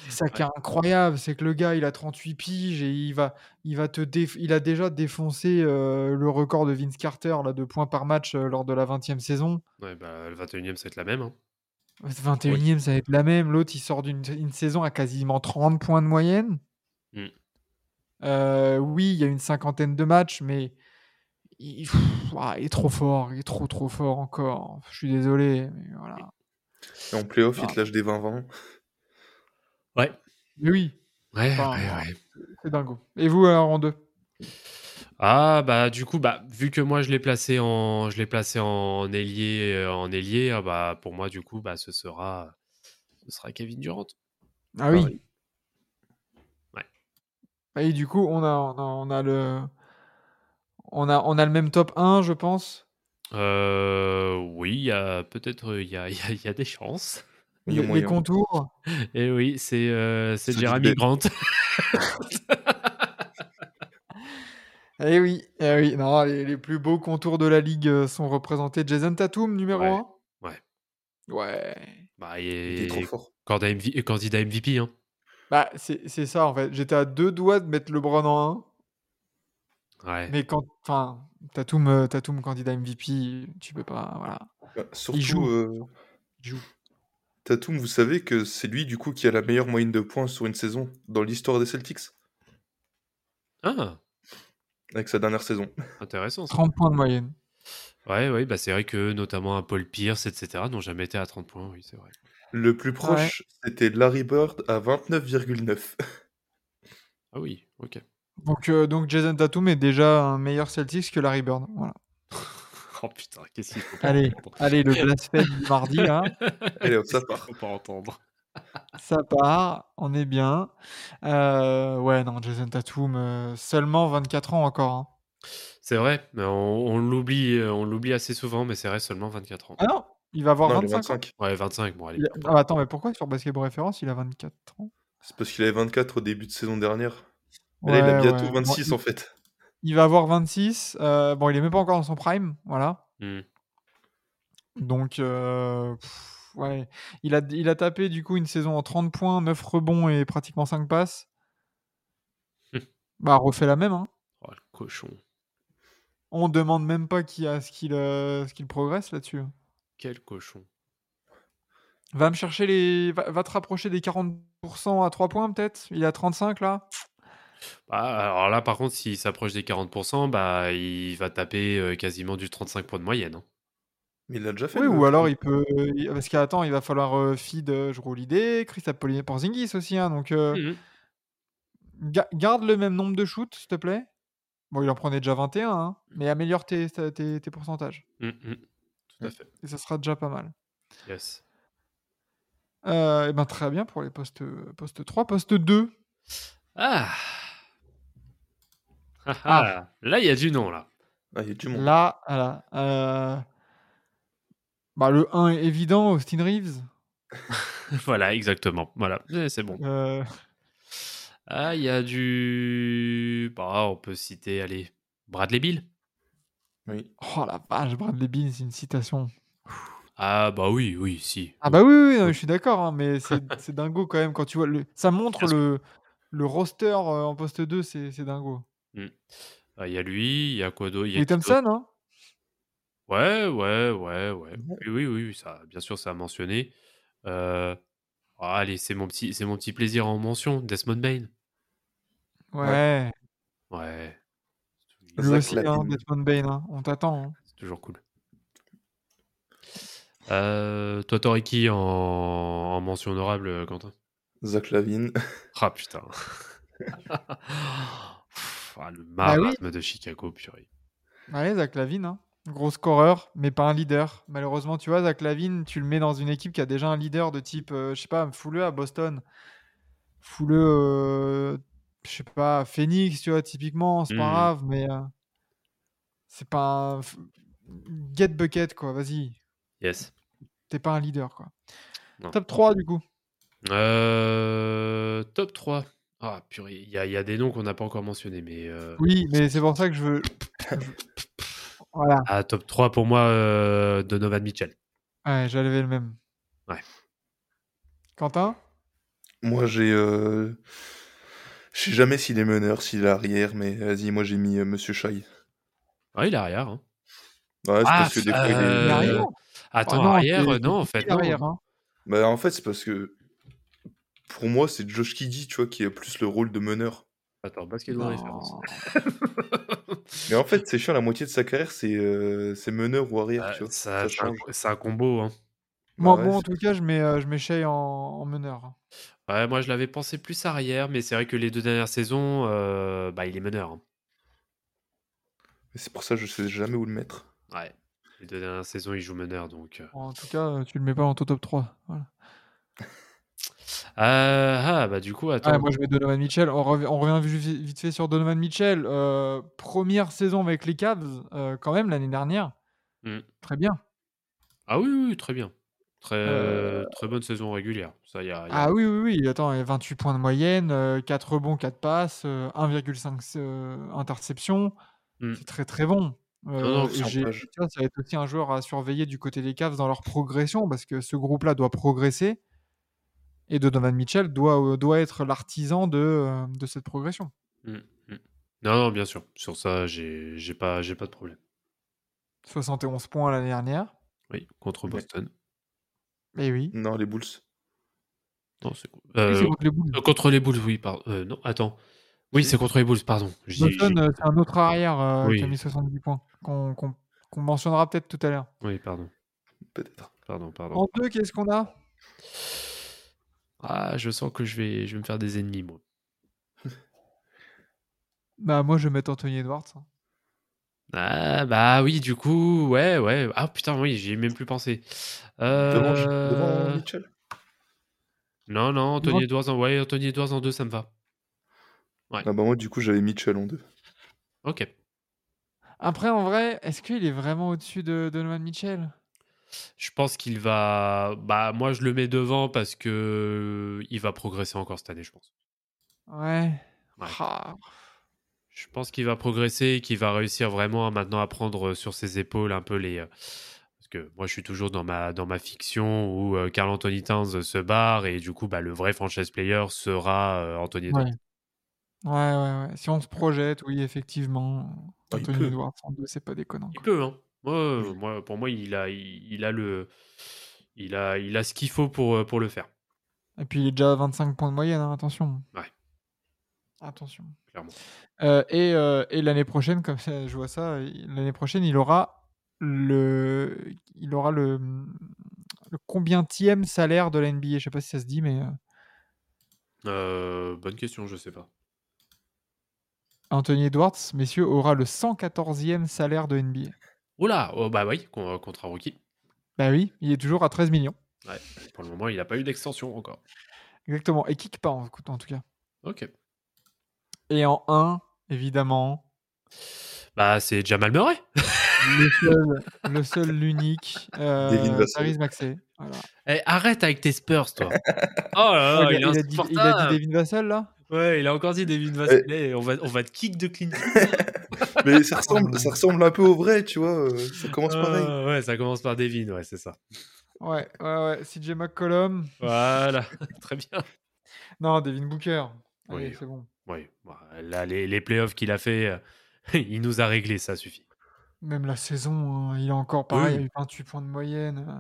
Speaker 2: C'est ça qui est incroyable, c'est que le gars, il a 38 piges et il va, il va te déf- il a déjà défoncé euh, le record de Vince Carter là, de points par match euh, lors de la 20e saison.
Speaker 3: Ouais, bah, le 21 e ça va être la même. hein.
Speaker 2: 21e, ça va être la même. L'autre, il sort d'une une saison à quasiment 30 points de moyenne.
Speaker 3: Mm.
Speaker 2: Euh, oui, il y a une cinquantaine de matchs, mais il, pff, ouah, il est trop fort, il est trop trop fort encore. Je suis désolé, mais voilà.
Speaker 4: Et en playoff, il
Speaker 2: Ah.
Speaker 4: te lâche des 20-20.
Speaker 3: Ouais.
Speaker 2: Mais oui,
Speaker 3: Ouais,
Speaker 2: Enfin,
Speaker 3: ouais, ouais.
Speaker 2: c'est dingo. Et vous, alors, en deux
Speaker 3: Ah bah du coup bah vu que moi je l'ai placé en je l'ai placé en ailier euh, en ailier ah, bah pour moi du coup bah ce sera ce sera Kevin Durant.
Speaker 2: Ah oui.
Speaker 4: oui.
Speaker 3: Ouais.
Speaker 2: Bah, Et du coup, on a, on a, on a le. On a, on a le même top 1, je pense.
Speaker 3: Euh, oui, il y a peut-être il y a- il y a- il y a des chances.
Speaker 4: Il y a
Speaker 2: Les, les
Speaker 4: moyen.
Speaker 2: contours.
Speaker 3: Et oui, c'est euh, c'est
Speaker 4: C'est
Speaker 3: Jeremy
Speaker 4: l'idée.
Speaker 3: Grant.
Speaker 2: Eh oui, eh oui. Non, les, les plus beaux contours de la ligue euh, sont représentés. Jason Tatum, numéro
Speaker 3: Ouais,
Speaker 2: 1.
Speaker 3: ouais.
Speaker 2: Ouais.
Speaker 3: Bah,
Speaker 4: Il
Speaker 3: et,
Speaker 4: est trop fort.
Speaker 3: candidat MV candidat MVP. Hein.
Speaker 2: Bah, c'est c'est ça, en fait. J'étais à deux doigts de mettre LeBron en 1.
Speaker 3: Ouais.
Speaker 2: Mais quand. Enfin, Tatum, euh, Tatum, candidat MVP, tu peux pas. Voilà.
Speaker 4: Bah, surtout,
Speaker 2: joue.
Speaker 4: euh,
Speaker 2: Il joue.
Speaker 4: Tatum, vous savez que c'est lui, du coup, qui a la meilleure moyenne de points sur une saison dans l'histoire des Celtics,
Speaker 3: Ah,
Speaker 4: avec sa dernière saison.
Speaker 3: intéressant. Ça.
Speaker 2: 30 points de moyenne.
Speaker 3: Ouais, ouais, bah c'est vrai que notamment un Paul Pierce, etc., n'ont jamais été à 30 points. Oui, c'est vrai.
Speaker 4: Le plus proche, c'était Larry Bird à 29,9.
Speaker 3: Ah oui, ok.
Speaker 2: Donc, euh, donc Jason Tatum est déjà un meilleur Celtics que Larry Bird. Voilà.
Speaker 3: Oh putain, qu'est-ce qu'il faut pas
Speaker 2: Allez,
Speaker 3: entendre
Speaker 2: allez, le blasphème du mardi, là.
Speaker 4: Allez, hop,
Speaker 3: Qu'est-ce
Speaker 4: ça
Speaker 3: qu'il
Speaker 4: part.
Speaker 3: faut pas entendre.
Speaker 2: Ça part, on est bien. Euh, ouais, non, Jason Tatum, euh, seulement 24 ans encore. hein.
Speaker 3: C'est vrai, mais on, on l'oublie, euh, on l'oublie assez souvent, mais c'est vrai seulement 24 ans.
Speaker 2: Ah non, il va avoir
Speaker 4: Non, il est
Speaker 2: 25 ans.
Speaker 4: 25.
Speaker 3: Ouais, 25, bon allez.
Speaker 2: Il a- Ah, attends, mais pourquoi sur Basketball Référence, il a 24 ans
Speaker 4: C'est parce qu'il avait 24 au début de saison dernière. Mais
Speaker 2: Ouais,
Speaker 4: là, il a bientôt
Speaker 2: ouais.
Speaker 4: 26,
Speaker 2: Bon,
Speaker 4: en fait.
Speaker 2: Il va avoir 26. euh, bon, il est même pas encore dans son prime, voilà.
Speaker 3: Hmm.
Speaker 2: Donc, euh, pff, ouais. Il a, il a tapé du coup une saison en 30 points, 9 rebonds et pratiquement 5 passes.
Speaker 3: Hmm.
Speaker 2: Bah, refait la même. Hein.
Speaker 3: Oh, le cochon.
Speaker 2: On demande même pas qui a ce qu'il euh, ce qu'il progresse là-dessus.
Speaker 3: Quel cochon.
Speaker 2: Va me chercher les. Va, va te rapprocher des 40% à 3 points peut-être. Il a 35 là.
Speaker 3: Bah, alors là, par contre, s'il s'approche des 40%, bah, il va taper euh, quasiment du 35 points de moyenne. hein.
Speaker 4: Mais il l'a déjà fait.
Speaker 2: Oui,
Speaker 4: le
Speaker 2: ou
Speaker 4: truc.
Speaker 2: alors il peut. il- Parce qu'attends, il va falloir euh, feed, euh, je roule l'idée, Christophe Paulinet Porzingis aussi. hein, donc, euh,
Speaker 3: Mhm.
Speaker 2: ga- garde le même nombre de shoots, s'il te plaît. Bon, il en prenait déjà 21, hein, mais améliore tes, tes- tes- tes pourcentages.
Speaker 3: Mhm, mhm. Tout à fait.
Speaker 2: Et ça sera déjà pas mal.
Speaker 3: Yes.
Speaker 2: Euh, et ben, très bien pour les postes, postes 3, poste 2.
Speaker 3: Ah. Ah, ah. Là, il y a du nom, là.
Speaker 4: Ah, il y a du monde.
Speaker 2: Là, voilà, euh, bah, le 1 est évident, Austin Reeves.
Speaker 3: voilà, exactement. Voilà, Eh, c'est bon.
Speaker 2: Euh,
Speaker 3: Ah, il y a du. Bah, on peut citer, allez, Bradley Bill.
Speaker 4: Oui.
Speaker 2: Oh la vache, Bradley Bean, c'est une citation.
Speaker 3: Ah, bah oui, oui, si.
Speaker 2: Ah bah oui, oui, non, je suis d'accord, hein, mais c'est c'est dingo quand même quand tu vois le. Ça montre
Speaker 3: Bien sûr.
Speaker 2: le, le roster euh, en poste 2, c'est c'est dingo.
Speaker 3: Ah, Il y a lui, il y a quoi d'autre Il y a
Speaker 2: Et
Speaker 3: qui d'autre
Speaker 2: Thompson, hein
Speaker 3: Ouais, ouais, ouais, ouais.
Speaker 4: Ouais.
Speaker 3: Oui, oui, oui, oui, ça, bien sûr, ça a mentionné. Euh, ah, allez, c'est mon petit, c'est mon petit plaisir en mention, Desmond Bain.
Speaker 2: Ouais.
Speaker 3: Ouais. C'est
Speaker 2: Lui
Speaker 3: toujours-
Speaker 4: Zach
Speaker 2: aussi,
Speaker 4: Lavine.
Speaker 2: hein, Desmond Bain, hein, on t'attend. hein.
Speaker 3: c'est toujours cool. Euh, toi, t'aurais qui en, en mention honorable, euh, Quentin
Speaker 4: Zach Lavine.
Speaker 3: Ah putain. Pff, ah, le
Speaker 2: Bah oui.
Speaker 3: marasme de Chicago, purée.
Speaker 2: Ouais, Zach Lavine, hein. gros scoreur, mais pas un leader. Malheureusement, tu vois, Zach Lavine, tu le mets dans une équipe qui a déjà un leader de type, euh, je sais pas, Fouleux à Boston, Fouleux, euh, je sais pas, Phoenix, tu vois, typiquement, c'est pas
Speaker 3: Mhm.
Speaker 2: grave, mais euh, c'est pas un. f- Get bucket, quoi, vas-y.
Speaker 3: Yes.
Speaker 2: t'es pas un leader quoi.
Speaker 3: Non.
Speaker 2: Top 3 du coup.
Speaker 3: Euh, top 3. Ah purée, il y, a- il y a des noms qu'on n'a pas encore mentionnés, mais. euh,
Speaker 2: Oui, mais c'est pour ça que je veux. je- Voilà,
Speaker 3: Ah, top 3 pour moi, euh, Donovan Mitchell.
Speaker 2: ouais, j'avais le même.
Speaker 3: Ouais.
Speaker 2: Quentin
Speaker 4: Moi, j'ai. euh, Je sais jamais s'il est meneur, s'il est arrière, mais vas-y, moi j'ai mis euh, Monsieur Shai.
Speaker 3: Ah, il est arrière. hein.
Speaker 4: Ouais, c'est
Speaker 3: Ah,
Speaker 4: parce que des fois, il est-
Speaker 2: Il est
Speaker 3: euh,
Speaker 2: arrière
Speaker 3: Attends,
Speaker 2: Ah non,
Speaker 3: arrière
Speaker 2: c'est-
Speaker 3: euh, Non, en
Speaker 2: Il
Speaker 3: fait,
Speaker 2: est
Speaker 3: non.
Speaker 2: arrière, hein.
Speaker 4: Bah, en fait, c'est parce que pour moi, c'est Josh Kiddy, tu vois, qui a plus le rôle de meneur.
Speaker 3: Attends, basketball
Speaker 2: Non. Ah,
Speaker 3: référence.
Speaker 4: Mais en fait, c'est chiant, la moitié de sa carrière, c'est euh, c'est meneur ou arrière,
Speaker 3: Ah,
Speaker 4: tu vois.
Speaker 3: ça-
Speaker 4: Ça
Speaker 3: c'est un-
Speaker 4: change.
Speaker 3: c'est un combo. hein.
Speaker 2: Moi,
Speaker 4: Bah ouais,
Speaker 2: moi, en tout cas, je mets, euh, je mets Shea en, en meneur.
Speaker 3: Ouais, moi, je l'avais pensé plus arrière, mais c'est vrai que les deux dernières saisons, euh, bah, il est meneur. hein.
Speaker 4: c'est- c'est pour ça que je sais jamais où le mettre.
Speaker 3: Ouais. Les deux dernières saisons, il joue meneur, donc. euh.
Speaker 2: En tout cas, euh, tu le mets pas dans ton top 3. Voilà.
Speaker 3: Ah, ah, bah du coup, attends.
Speaker 2: Ah, moi, je mets Donovan Mitchell. On, rev- on revient vi- vi- vite fait sur Donovan Mitchell. Euh, première saison avec les Cavs, euh, quand même, l'année dernière.
Speaker 3: Mm.
Speaker 2: Très bien.
Speaker 3: Ah oui, oui, oui, très bien. Très,
Speaker 2: Euh,
Speaker 3: très bonne saison régulière. Ça, y a, y a-
Speaker 2: Ah oui, oui, oui. Attends, il y a 28 points de moyenne, euh, 4 rebonds, 4 passes, euh, 1,5 euh, interception.
Speaker 3: Mm.
Speaker 2: C'est très, très bon. Euh,
Speaker 3: non,
Speaker 2: et
Speaker 4: c'est en
Speaker 2: j'ai-
Speaker 4: page.
Speaker 2: tu vois, ça va être aussi un joueur à surveiller du côté des Cavs dans leur progression parce que ce groupe-là doit progresser et Donovan Mitchell doit, euh, doit être l'artisan de, euh, de cette progression.
Speaker 3: Mm, mm. Non, non, bien sûr. Sur ça, j'ai j'ai pas, j'ai pas de problème.
Speaker 2: 71 points l'année dernière.
Speaker 3: Oui, contre
Speaker 4: Ouais.
Speaker 3: Boston.
Speaker 2: Et oui.
Speaker 4: Non, les Bulls.
Speaker 3: Non, c'est cool.
Speaker 2: Oui, c'est
Speaker 3: Euh,
Speaker 2: contre les Bulls.
Speaker 3: Euh, Contre les Bulls, oui, pardon. Euh, non, attends. Oui, c'est contre les Bulls, pardon. J'ai-
Speaker 2: Boston,
Speaker 3: j'ai-
Speaker 2: euh, c'est un autre arrière euh, qui a
Speaker 3: Oui.
Speaker 2: mis 70 points qu'on qu'on- qu'on mentionnera peut-être tout à l'heure.
Speaker 3: Oui, pardon.
Speaker 4: Peut-être.
Speaker 3: Pardon, pardon.
Speaker 2: En deux, qu'est-ce qu'on a
Speaker 3: Ah, je sens que je vais, je vais me faire des ennemis, moi.
Speaker 2: Bah moi je vais mettre Anthony Edwards. hein.
Speaker 3: Ah, bah oui, du coup, ouais, ouais. Ah putain, oui, j'y ai même plus pensé.
Speaker 4: Devant,
Speaker 3: Euh,
Speaker 4: devant Mitchell
Speaker 3: Non, non,
Speaker 2: Devant-
Speaker 3: Anthony Edwards en ouais, Anthony Edwards en deux, ça me va.
Speaker 4: Ah bah moi, du coup, j'avais Mitchell en deux.
Speaker 3: Ok.
Speaker 2: Après en vrai, est-ce qu'il est vraiment au-dessus de de Donovan Mitchell
Speaker 3: Je pense qu'il va. Bah, moi, je le mets devant parce euh, que il va progresser encore cette année, je pense.
Speaker 2: Ouais.
Speaker 3: Ouais.
Speaker 2: Ah.
Speaker 3: Je pense qu'il va progresser et qu'il va réussir vraiment à maintenant à prendre sur ses épaules un peu les. euh, Parce que moi, je suis toujours dans ma, dans ma fiction où euh, Carl Anthony Towns se barre et du coup, bah, le vrai franchise player sera euh, Anthony Edwards.
Speaker 2: Ouais. Ouais, ouais, ouais. Si on se projette, oui, effectivement,
Speaker 4: Ah, il
Speaker 2: Anthony
Speaker 4: peut.
Speaker 2: Edwards en deux, c'est pas déconnant.
Speaker 3: Il
Speaker 2: quoi.
Speaker 3: peut, hein. Moi, euh, moi, pour moi, il a, il, il a le, il a, il a ce qu'il faut pour, euh, pour le faire.
Speaker 2: Et puis il est déjà à 25 points de moyenne, hein, attention.
Speaker 3: Ouais.
Speaker 2: Attention.
Speaker 3: Clairement.
Speaker 2: Euh, et euh, et l'année prochaine, comme ça, je vois ça, euh, l'année prochaine, il aura le, il aura le, le combienième salaire de la NBA. Je sais pas si ça se dit, mais euh,
Speaker 3: Euh, bonne question, je sais pas.
Speaker 2: Anthony Edwards, messieurs, aura le 114e salaire de NBA.
Speaker 3: Oula, oh, bah oui, con- euh, contre un rookie.
Speaker 2: Bah oui, il est toujours à 13 millions.
Speaker 3: Pour le moment, il n'a pas eu d'extension encore.
Speaker 2: Exactement. Et kick pas en, en tout cas.
Speaker 3: Ok.
Speaker 2: Et en 1, évidemment,
Speaker 3: Bah, c'est Jamal Murray.
Speaker 2: le seul, le seul, l'unique,
Speaker 4: Devin
Speaker 2: euh,
Speaker 4: Vassell.
Speaker 2: Paris Maxey. Voilà.
Speaker 3: Eh, arrête avec tes Spurs, toi. oh là là,
Speaker 2: Ouais,
Speaker 3: il,
Speaker 2: il, a, il a dit, il
Speaker 3: est
Speaker 2: a
Speaker 3: insupportable.
Speaker 2: dit Devin Vassell là
Speaker 3: Ouais, il a encore dit David Vassell. Eh, On va, on va te kick de Clint.
Speaker 4: Mais ça ressemble, ça ressemble un peu au vrai, tu vois. euh, Ça commence pareil.
Speaker 3: Ah, ouais, ça commence par Devin, ouais, c'est ça.
Speaker 2: Ouais, ouais, ouais. CJ McCollum.
Speaker 3: Voilà, très bien.
Speaker 2: Non, Devin Booker. Allez,
Speaker 3: Oui.
Speaker 2: c'est bon.
Speaker 3: Oui, bah, là, les, les playoffs qu'il a fait, euh, il nous a réglé, ça suffit.
Speaker 2: Même la saison, hein, il est encore pareil, il
Speaker 3: Oui.
Speaker 2: a eu 28 points de moyenne. euh.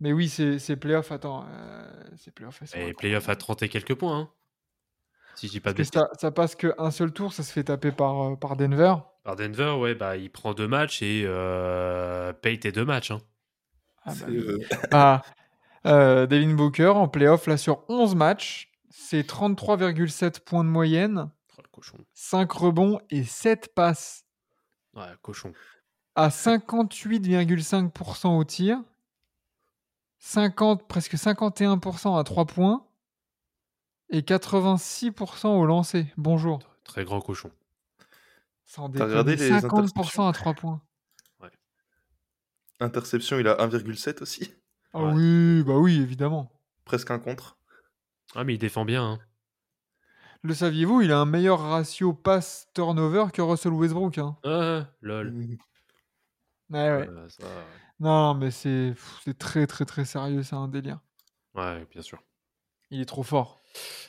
Speaker 2: Mais oui, c'est c'est playoff, attends. euh, c'est playoff. elles sont
Speaker 3: Et
Speaker 2: incroyables.
Speaker 3: playoffs à 30 et quelques points. hein. Si je dis pas de
Speaker 2: Parce que
Speaker 3: bêtises.
Speaker 2: ça, ça passe qu'un seul tour, ça se fait taper par, euh, par Denver.
Speaker 3: Par Denver, ouais, bah, il prend deux matchs et euh, paye tes deux matchs. hein.
Speaker 2: Ah
Speaker 4: C'est,
Speaker 2: bah,
Speaker 4: euh,
Speaker 2: Ah, euh, Devin Booker en playoff, là, sur 11 matchs, c'est 33,7 points de moyenne,
Speaker 3: Oh, le cochon.
Speaker 2: 5 rebonds et 7 passes.
Speaker 3: Ouais, cochon.
Speaker 2: À 58,5% au tir, 50, presque 51% à 3 points et 86% au lancer. Bonjour.
Speaker 3: Très grand cochon.
Speaker 2: Sans
Speaker 4: T'as
Speaker 2: déconner,
Speaker 4: regardé les
Speaker 2: 50% à 3 points.
Speaker 4: interception, il a 1,7 aussi.
Speaker 2: Ah
Speaker 3: Ouais.
Speaker 2: oui, bah oui, évidemment.
Speaker 4: Presque un contre.
Speaker 3: Ah, mais il défend bien. hein.
Speaker 2: Le saviez-vous, il a un meilleur ratio passe-turnover que Russell Westbrook. hein.
Speaker 3: Ah, lol.
Speaker 2: Ouais, ouais.
Speaker 3: Euh, ça,
Speaker 2: Non, mais c'est pff, c'est très très très sérieux, c'est un délire.
Speaker 3: ouais, bien sûr.
Speaker 2: Il est trop fort.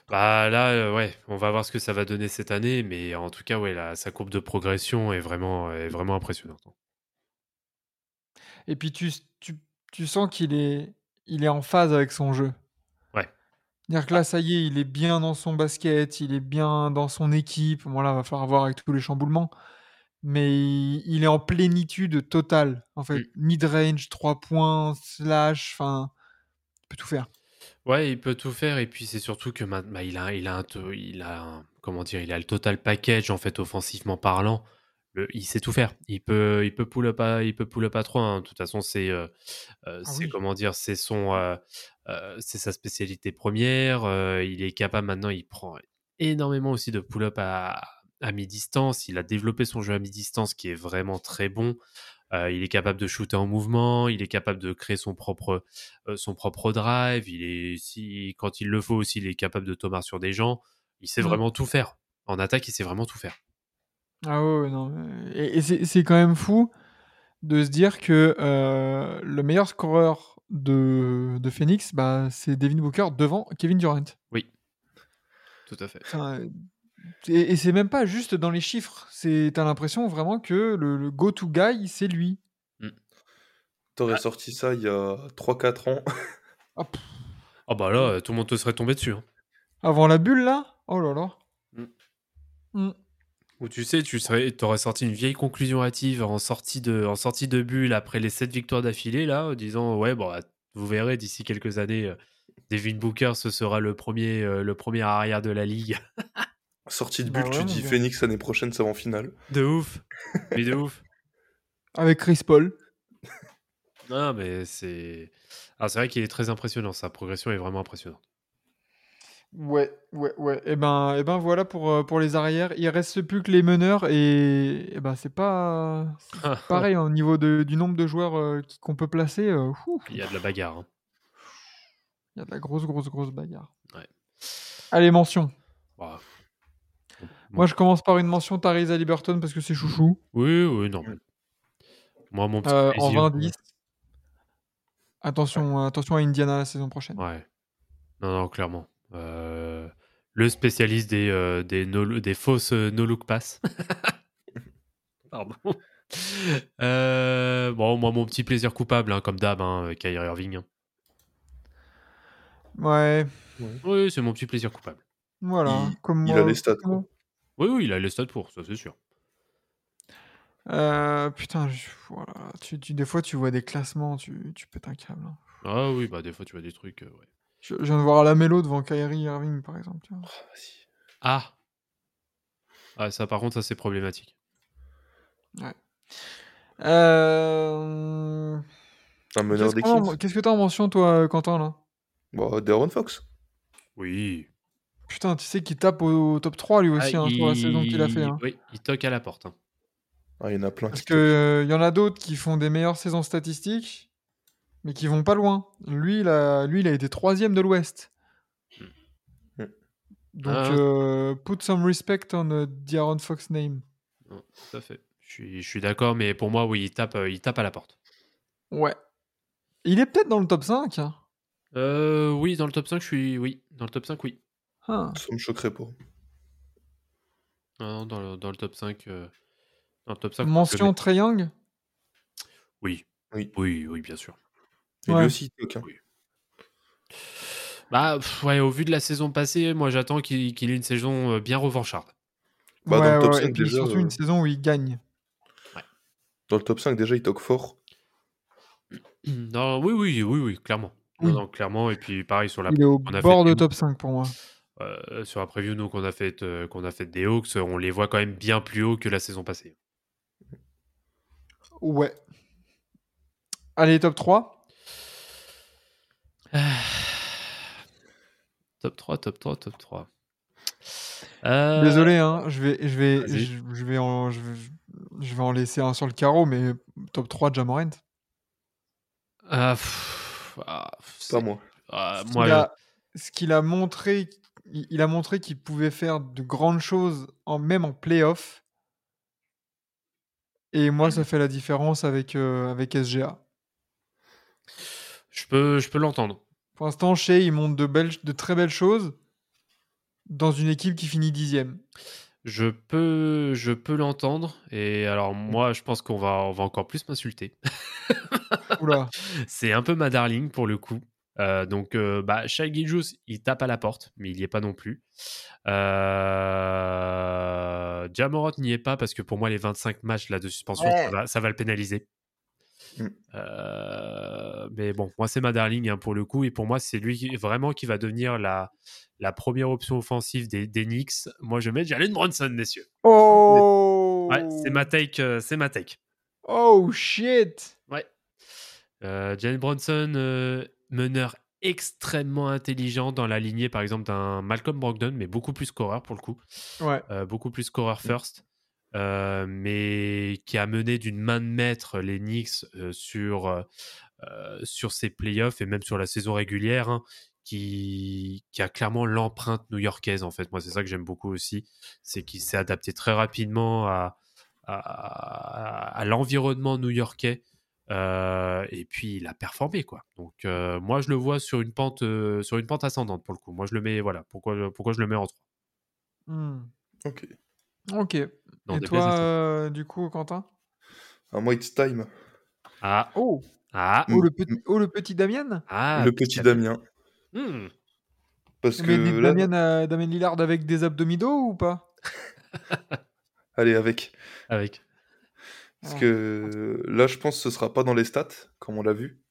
Speaker 3: Bah là, euh, ouais, on va voir ce que ça va donner cette année, mais en tout cas, ouais, là, sa courbe de progression est vraiment, est vraiment impressionnante.
Speaker 2: Et puis tu, tu, tu sens qu'il est, il est en phase avec son jeu.
Speaker 3: Ouais.
Speaker 2: Dire que là, ça y est, il est bien dans son basket, il est bien dans son équipe. Bon, là, va falloir voir avec tous les chamboulements. Mais il, il est en plénitude totale. En fait, mid-range, 3 points, slash, enfin, il peut tout faire.
Speaker 3: Ouais, il peut tout faire et puis c'est surtout que maintenant bah, il a il a un to- il a un- comment dire, il a le total package en fait offensivement parlant. Le- il sait tout faire. Il peut il peut pull up à il peut pull up à 3 De toute façon, c'est euh, euh, c'est
Speaker 2: oui.
Speaker 3: comment dire, c'est son euh, euh, c'est sa spécialité première, Euh, il est capable maintenant, il prend énormément aussi de pull up à à mi-distance, il a développé son jeu à mi-distance qui est vraiment très bon. Euh, il est capable de shooter en mouvement, il est capable de créer son propre, euh, son propre drive. Il est, si, quand il le faut aussi, il est capable de tomber sur des gens. Il sait
Speaker 2: Mm.
Speaker 3: vraiment tout faire. En attaque, il sait vraiment tout faire.
Speaker 2: Ah ouais, ouais, non. mais- Et, et c'est c'est quand même fou de se dire que euh, le meilleur scoreur de, de Phoenix, bah, c'est Devin Booker devant Kevin Durant.
Speaker 3: Tout à fait.
Speaker 2: Enfin, euh, et et c'est même pas juste dans les chiffres. C'est- T'as l'impression vraiment que le, le go-to guy, c'est lui.
Speaker 4: T'aurais sorti ça il y a 3-4 ans.
Speaker 2: Ah, pff,
Speaker 3: Ah bah là, euh, tout le monde te serait tombé dessus. hein.
Speaker 2: avant la bulle, là Oh là là.
Speaker 3: Ou tu sais, tu serais, aurais sorti une vieille conclusion hâtive en sortie de, en sortie de bulle après les 7 victoires d'affilée, là, en disant Ouais, bon, bah, vous verrez d'ici quelques années, euh, Devin Booker, ce sera le premier, euh, le premier arrière de la ligue.
Speaker 4: Sortie de
Speaker 2: Bah
Speaker 4: bulle,
Speaker 2: ouais,
Speaker 4: tu
Speaker 2: mon
Speaker 4: dis
Speaker 2: gars.
Speaker 4: Phoenix l'année prochaine, ça va en finale.
Speaker 3: De ouf Mais de ouf
Speaker 2: Avec Chris Paul.
Speaker 3: Non, mais c'est. Ah, c'est vrai qu'il est très impressionnant. Sa progression est vraiment impressionnante.
Speaker 2: Ouais, ouais, ouais. Et ben, et ben voilà pour, euh, pour les arrières. Il reste plus que les meneurs et, et ben c'est pas c'est pareil hein, au niveau de- du nombre de joueurs euh, qui- qu'on peut placer. euh, ouf,
Speaker 3: Il y a de la bagarre. hein.
Speaker 2: il y a de la grosse, grosse, grosse bagarre.
Speaker 3: Ouais.
Speaker 2: Allez, mention.
Speaker 3: Ouah.
Speaker 2: Moi, je commence par une mention Theresa Liberton parce que c'est chouchou.
Speaker 3: Oui, oui, normal. Moi, mon petit
Speaker 2: Euh, en
Speaker 3: plaisir.
Speaker 2: 20-10. Attention, attention à Indiana la saison prochaine.
Speaker 3: euh, Ouais. Non, non, clairement. Euh, le spécialiste des, euh, des, no- des fausses no-look pass. Pardon. Euh, bon, moi, mon petit plaisir coupable, hein, comme d'hab, hein, Kyrie Irving. hein.
Speaker 2: Ouais,
Speaker 3: Oui, c'est mon petit plaisir coupable.
Speaker 2: voilà.
Speaker 4: Il-
Speaker 2: comme
Speaker 4: il
Speaker 2: moi.
Speaker 4: a les stats, quoi.
Speaker 3: Oui, oui, il a les stats pour, ça, c'est sûr.
Speaker 2: Euh, putain, je- voilà. Tu, tu- des fois, tu vois des classements, tu, tu pètes un câble. hein.
Speaker 3: Ah oui, bah, des fois, tu vois des trucs. euh, ouais.
Speaker 2: Je, je viens de voir Lamelo devant Kyrie Irving, par exemple. tu vois.
Speaker 4: Ah, vas-y.
Speaker 3: Ah Ah, ça, par contre, ça, c'est problématique.
Speaker 2: Euh,
Speaker 4: Un meneur
Speaker 2: Qu'est-ce qu'on
Speaker 4: d'équipe.
Speaker 2: a- qu'est-ce que t'as en mention, toi, euh, Quentin, là
Speaker 4: Bah, Darren Fox.
Speaker 3: Oui.
Speaker 2: Putain, tu sais qu'il tape au, top 3, lui aussi,
Speaker 3: Ah,
Speaker 2: hein, sur la saison qu'il a fait. hein.
Speaker 3: Oui, il toque à la porte. hein.
Speaker 4: Ah, il y en a plein.
Speaker 2: Parce
Speaker 4: qui
Speaker 2: qu'il y en a d'autres qui font des meilleures saisons statistiques, mais qui vont pas loin. Lui, il a, lui, il a été troisième de l'Ouest.
Speaker 4: Hmm.
Speaker 2: Donc,
Speaker 3: Ah.
Speaker 2: euh, put some respect on uh, D'Aaron Fox name.
Speaker 3: Non, tout à fait. Je suis, je suis d'accord, mais pour moi, oui, il tape, euh, il tape à la porte.
Speaker 2: Ouais. Il est peut-être dans le top 5. hein.
Speaker 3: Euh, oui, dans le top 5, je suis. Oui, dans le top 5, oui.
Speaker 2: Ah.
Speaker 4: Ça me choquerait pas.
Speaker 3: Non, non, dans, le, dans le top 5. euh, Dans le top 5 je le
Speaker 2: Mention
Speaker 3: mets.
Speaker 2: Trae Young.
Speaker 3: Oui.
Speaker 4: Oui.
Speaker 3: oui, oui, bien sûr.
Speaker 4: Et
Speaker 2: Ouais.
Speaker 4: lui aussi, il toque, hein.
Speaker 3: Bah, pff, ouais, au vu de la saison passée, moi, j'attends qu'il qu'il ait une saison euh, bien revancharde.
Speaker 4: Bah, dans le top 5,
Speaker 2: et puis
Speaker 4: déjà,
Speaker 2: surtout
Speaker 4: euh,
Speaker 2: une saison où il gagne.
Speaker 4: Dans le top 5, déjà, il toque fort.
Speaker 3: Non, oui, oui, oui, oui, clairement.
Speaker 2: Oui.
Speaker 3: Non, non, clairement. Et puis, pareil, sur la,
Speaker 2: Il est au
Speaker 3: on a fait
Speaker 2: bord de
Speaker 3: une-
Speaker 2: top 5 pour moi.
Speaker 3: euh, sur la preview, nous, qu'on a fait, euh, qu'on a fait des Hawks, on les voit quand même bien plus haut que la saison passée.
Speaker 2: Ouais. Allez, top 3.
Speaker 3: Top 3, top 3, top 3. Euh,
Speaker 2: Désolé, hein, je vais, je vais,
Speaker 3: vas-y.
Speaker 2: je, je vais en, je, vais- je vais en laisser un sur le carreau, mais top 3 de Jamorant.
Speaker 3: ah, pff, ah, pff,
Speaker 4: Pas
Speaker 3: c'est-
Speaker 4: moi.
Speaker 3: ah,
Speaker 2: Ce
Speaker 3: moi,
Speaker 2: qu'il a- ce qu'il a montré, il, il a montré qu'il pouvait faire de grandes choses, en, même en playoff. Et moi, ça fait la différence avec, euh, avec SGA.
Speaker 3: je peux, je peux l'entendre.
Speaker 2: Pour l'instant, Shea, il montre de, belles, de très belles choses dans une équipe qui finit dixième.
Speaker 3: Je peux, je peux l'entendre. Et alors, moi, je pense qu'on va, on va encore plus m'insulter.
Speaker 2: Oula.
Speaker 3: C'est un peu ma darling pour le coup. Euh, donc, euh, bah, Shai Gilgeous, il tape à la porte, mais il n'y est pas non plus. Euh... Jamorant n'y est pas parce que pour moi, les 25 matchs là, de suspension, ça, va, ça va le pénaliser.
Speaker 4: Mm.
Speaker 3: Euh, mais bon, moi, c'est ma darling hein, pour le coup. Et pour moi, c'est lui qui- vraiment qui va devenir la, la première option offensive des, des Knicks. Moi, je mets Jalen Brunson, messieurs.
Speaker 2: Oh
Speaker 3: Ouais, c'est ma take. euh, c'est ma take.
Speaker 2: Oh shit
Speaker 3: Ouais. Euh, Jalen Bronson, euh, meneur extrêmement intelligent dans la lignée, par exemple, d'un Malcolm Brogdon, mais beaucoup plus scoreur pour le coup.
Speaker 2: Ouais.
Speaker 3: Euh, beaucoup plus scoreur first. euh, mais qui a mené d'une main de maître les Knicks euh, sur, euh, euh, sur ses playoffs et même sur la saison régulière, hein, qui, qui a clairement l'empreinte new-yorkaise en fait. Moi, c'est ça que j'aime beaucoup aussi, c'est qu'il s'est adapté très rapidement à, à, à l'environnement new-yorkais. euh, et puis il a performé quoi. Donc euh, moi je le vois sur une pente euh, sur une pente ascendante pour le coup. Moi je le mets voilà pourquoi euh, pourquoi je le mets en 3.
Speaker 2: Hmm.
Speaker 4: Ok.
Speaker 2: Ok. Et toi, euh, du coup, Quentin
Speaker 4: À moi, it's time.
Speaker 3: Ah
Speaker 2: oh.
Speaker 3: ah
Speaker 4: Mm.
Speaker 2: oh, le petit, oh, le petit Damien
Speaker 3: ah
Speaker 4: le petit Damien.
Speaker 3: Hmm.
Speaker 4: Parce que
Speaker 2: Mais des-
Speaker 4: là,
Speaker 2: Damien, euh, Damien Lillard avec des abdominaux ou pas
Speaker 4: allez, avec.
Speaker 3: avec
Speaker 4: Parce
Speaker 2: Ah.
Speaker 4: que là, je pense que ce sera pas dans les stats, comme on l'a vu.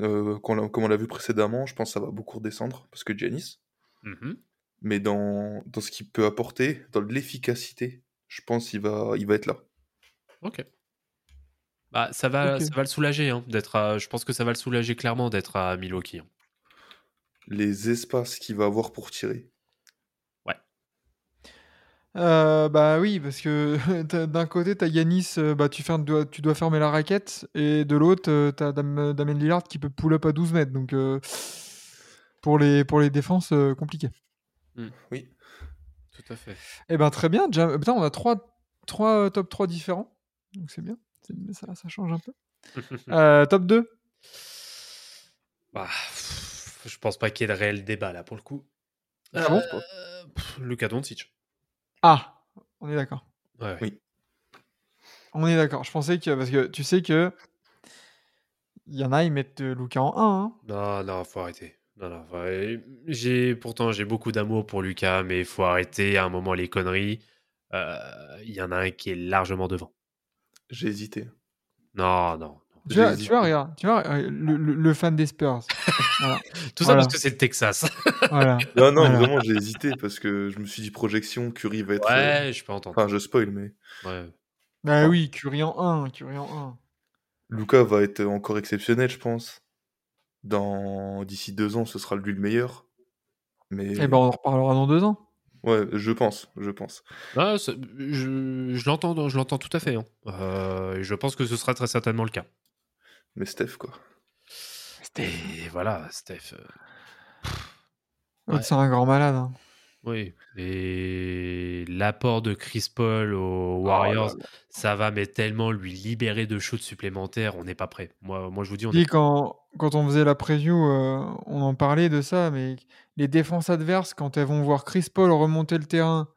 Speaker 4: Euh, qu'on l'a- comme on l'a vu précédemment, je pense que ça va beaucoup redescendre, parce que Giannis.
Speaker 3: Mhm.
Speaker 4: Mais dans, dans ce qu'il peut apporter, dans l'efficacité, je pense qu'il va, il va être là.
Speaker 3: Ok. Bah, ça va,
Speaker 2: Ok.
Speaker 3: ça va le soulager, hein, d'être à- je pense que ça va le soulager clairement d'être à Milwaukee. hein.
Speaker 4: Les espaces qu'il va avoir pour tirer.
Speaker 2: Euh, Bah oui, parce que t'as- d'un côté, t'as Yanis, euh, bah, tu, fermes- dois, tu dois fermer la raquette, et de l'autre, euh, t'as Dam- Damien Lillard qui peut pull-up à 12 mètres. Donc, euh, pour, les, pour les défenses, euh, compliqué.
Speaker 4: Oui.
Speaker 3: Tout à fait.
Speaker 2: Eh ben très bien. Jam- Putain, on a trois, trois euh, top 3 différents. Donc c'est bien. C'est- mais Ça, ça change un peu. Euh, top 2
Speaker 3: Bah, pff, je pense pas qu'il y ait de réel débat là pour le coup. Euh,
Speaker 2: Ah bon
Speaker 3: pff, Luka Doncic.
Speaker 2: Ah, on est d'accord.
Speaker 3: Ouais, ouais.
Speaker 4: Oui.
Speaker 2: On est d'accord. Je pensais que. Parce que tu sais que. Il y en a, ils mettent euh, Luca en 1. hein.
Speaker 3: Non, non, faut arrêter. Non, non, faut- euh, J'ai pourtant j'ai beaucoup d'amour pour Lucas, mais il faut arrêter à un moment les conneries. Euh, Il y en a un qui est largement devant.
Speaker 4: J'ai hésité.
Speaker 3: Non, non. non.
Speaker 2: Tu
Speaker 4: J'ai
Speaker 2: vois,
Speaker 4: hésité.
Speaker 2: tu vois, regarde. Tu vois, euh, le, le- le fan des Spurs. voilà.
Speaker 3: Tout ça
Speaker 2: Voilà.
Speaker 3: parce que c'est le Texas.
Speaker 2: voilà.
Speaker 4: Non, Ah, non,
Speaker 2: Voilà.
Speaker 4: vraiment, j'ai hésité parce que je me suis dit projection, Curry va être. euh,
Speaker 3: Ouais, je peux entendre.
Speaker 4: Enfin, je spoil, mais
Speaker 3: Ouais.
Speaker 2: Bah oui, Curry en 1. Curry en 1.
Speaker 4: Luca va être encore exceptionnel, je pense. Dans d'ici deux ans, ce sera lui le meilleur. Mais
Speaker 2: Eh ben, on en reparlera dans deux ans.
Speaker 4: ouais, je pense, je pense.
Speaker 3: Ah, ça- je je l'entends, je l'entends tout à fait. hein. Euh, et je pense que ce sera très certainement le cas.
Speaker 4: Mais Steph, quoi.
Speaker 3: Et voilà, Steph. euh,
Speaker 2: L'autre, C'est un grand malade. hein.
Speaker 3: Oui. Et l'apport de Chris Paul aux Warriors, ça va, mais tellement lui libérer de shoots supplémentaires, on n'est pas prêt. Moi, moi, je vous dis, on
Speaker 2: Puis
Speaker 3: est.
Speaker 2: quand, quand on faisait la preview, euh, on en parlait de ça, mais les défenses adverses, quand elles vont voir Chris Paul remonter le terrain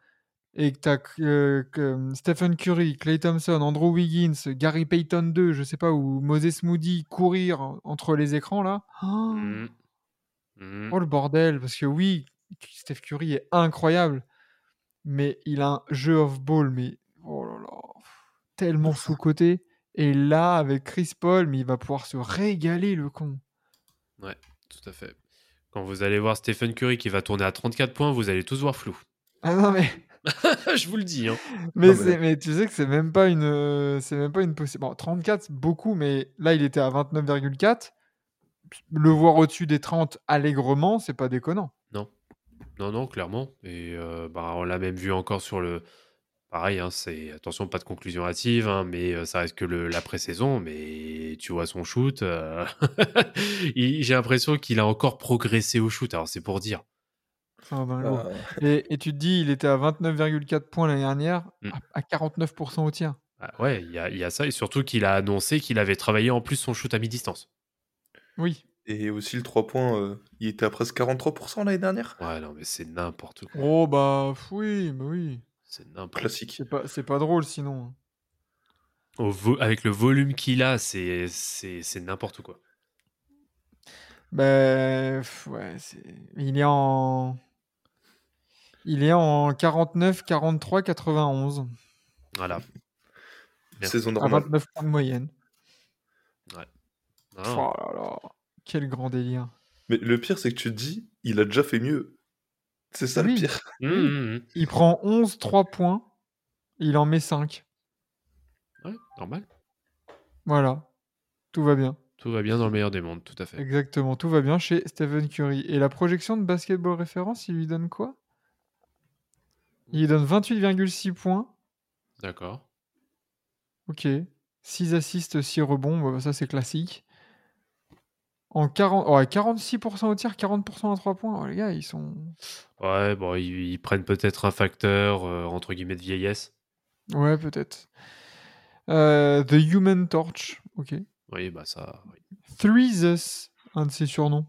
Speaker 2: et que tu as Stephen Curry, Clay Thompson, Andrew Wiggins, Gary Payton 2, je sais pas, ou Moses Moody courir entre les écrans là. Oh,
Speaker 3: Mm. Mm.
Speaker 2: oh, le bordel, parce que oui, Steph Curry est incroyable, mais il a un jeu off-ball, mais oh là là, tellement sous-côté. Et là, avec Chris Paul, mais il va pouvoir se régaler le con.
Speaker 3: Tout à fait. Quand vous allez voir Stephen Curry qui va tourner à 34 points, vous allez tous voir flou.
Speaker 2: Ah non mais,
Speaker 3: je vous le dis. hein.
Speaker 2: mais,
Speaker 4: mais-
Speaker 2: c'est- mais tu sais que c'est même pas une euh, c'est même pas une possible. Bon, 34 c'est beaucoup mais là il était à 29,4. Le voir au-dessus des 30 allègrement, c'est pas déconnant.
Speaker 3: Non, non, clairement. Et euh, bah, on l'a même vu encore sur le. Pareil, hein, c'est attention, pas de conclusion hâtive, hein, mais euh, ça reste que le- l'après-saison. Mais tu vois son shoot, euh, il- j'ai l'impression qu'il a encore progressé au shoot. Alors c'est pour dire.
Speaker 2: Ah ben, lourd.
Speaker 4: Euh,
Speaker 2: et, et tu te dis il était à 29,4 points l'année dernière
Speaker 3: Mm.
Speaker 2: à, à 49% au tir.
Speaker 3: Ah ouais, il y, a- il y a ça et surtout qu'il a annoncé qu'il avait travaillé en plus son shoot à mi-distance.
Speaker 2: Oui.
Speaker 4: Et aussi le 3 points, euh, il était à presque 43% l'année dernière.
Speaker 3: Ouais, non, mais c'est n'importe quoi.
Speaker 2: Oh bah pff, oui, mais oui.
Speaker 3: C'est n'importe
Speaker 4: Classique.
Speaker 2: C'est pas c'est pas drôle sinon. hein.
Speaker 3: Au vo- Avec le volume qu'il a, c'est c'est c'est n'importe quoi.
Speaker 2: Ben pff, ouais, c'est il est en il est en 49 43 91.
Speaker 3: Voilà. Bien.
Speaker 4: Saison
Speaker 2: à
Speaker 4: normale.
Speaker 2: 29 points de moyenne.
Speaker 3: Non,
Speaker 2: Pff,
Speaker 3: non.
Speaker 2: Oh là là, quel grand délire.
Speaker 4: Mais le pire, c'est que tu te dis, il a déjà fait mieux. C'est ça
Speaker 2: Oui.
Speaker 4: le pire.
Speaker 3: Mmh, mmh, mmh.
Speaker 2: Il prend 11 3 points, il en met 5.
Speaker 3: Ouais, normal.
Speaker 2: Voilà. Tout va bien.
Speaker 3: Tout va bien dans le meilleur des mondes, tout à fait.
Speaker 2: Exactement, tout va bien chez Stephen Curry. Et la projection de basketball référence, il lui donne quoi Il lui donne 28,6 points.
Speaker 3: D'accord.
Speaker 2: Ok. 6 assists, 6 rebonds, bah, ça c'est classique. En 40... ouais, 46% au tir, 40% à 3 points. Oh, les gars, ils sont.
Speaker 3: Ouais, bon, ils, ils prennent peut-être un facteur, euh, entre guillemets, de vieillesse.
Speaker 2: Ouais, peut-être. Euh, The Human Torch. Ok.
Speaker 3: Oui, bah ça. oui.
Speaker 2: Threezus, un de ses surnoms.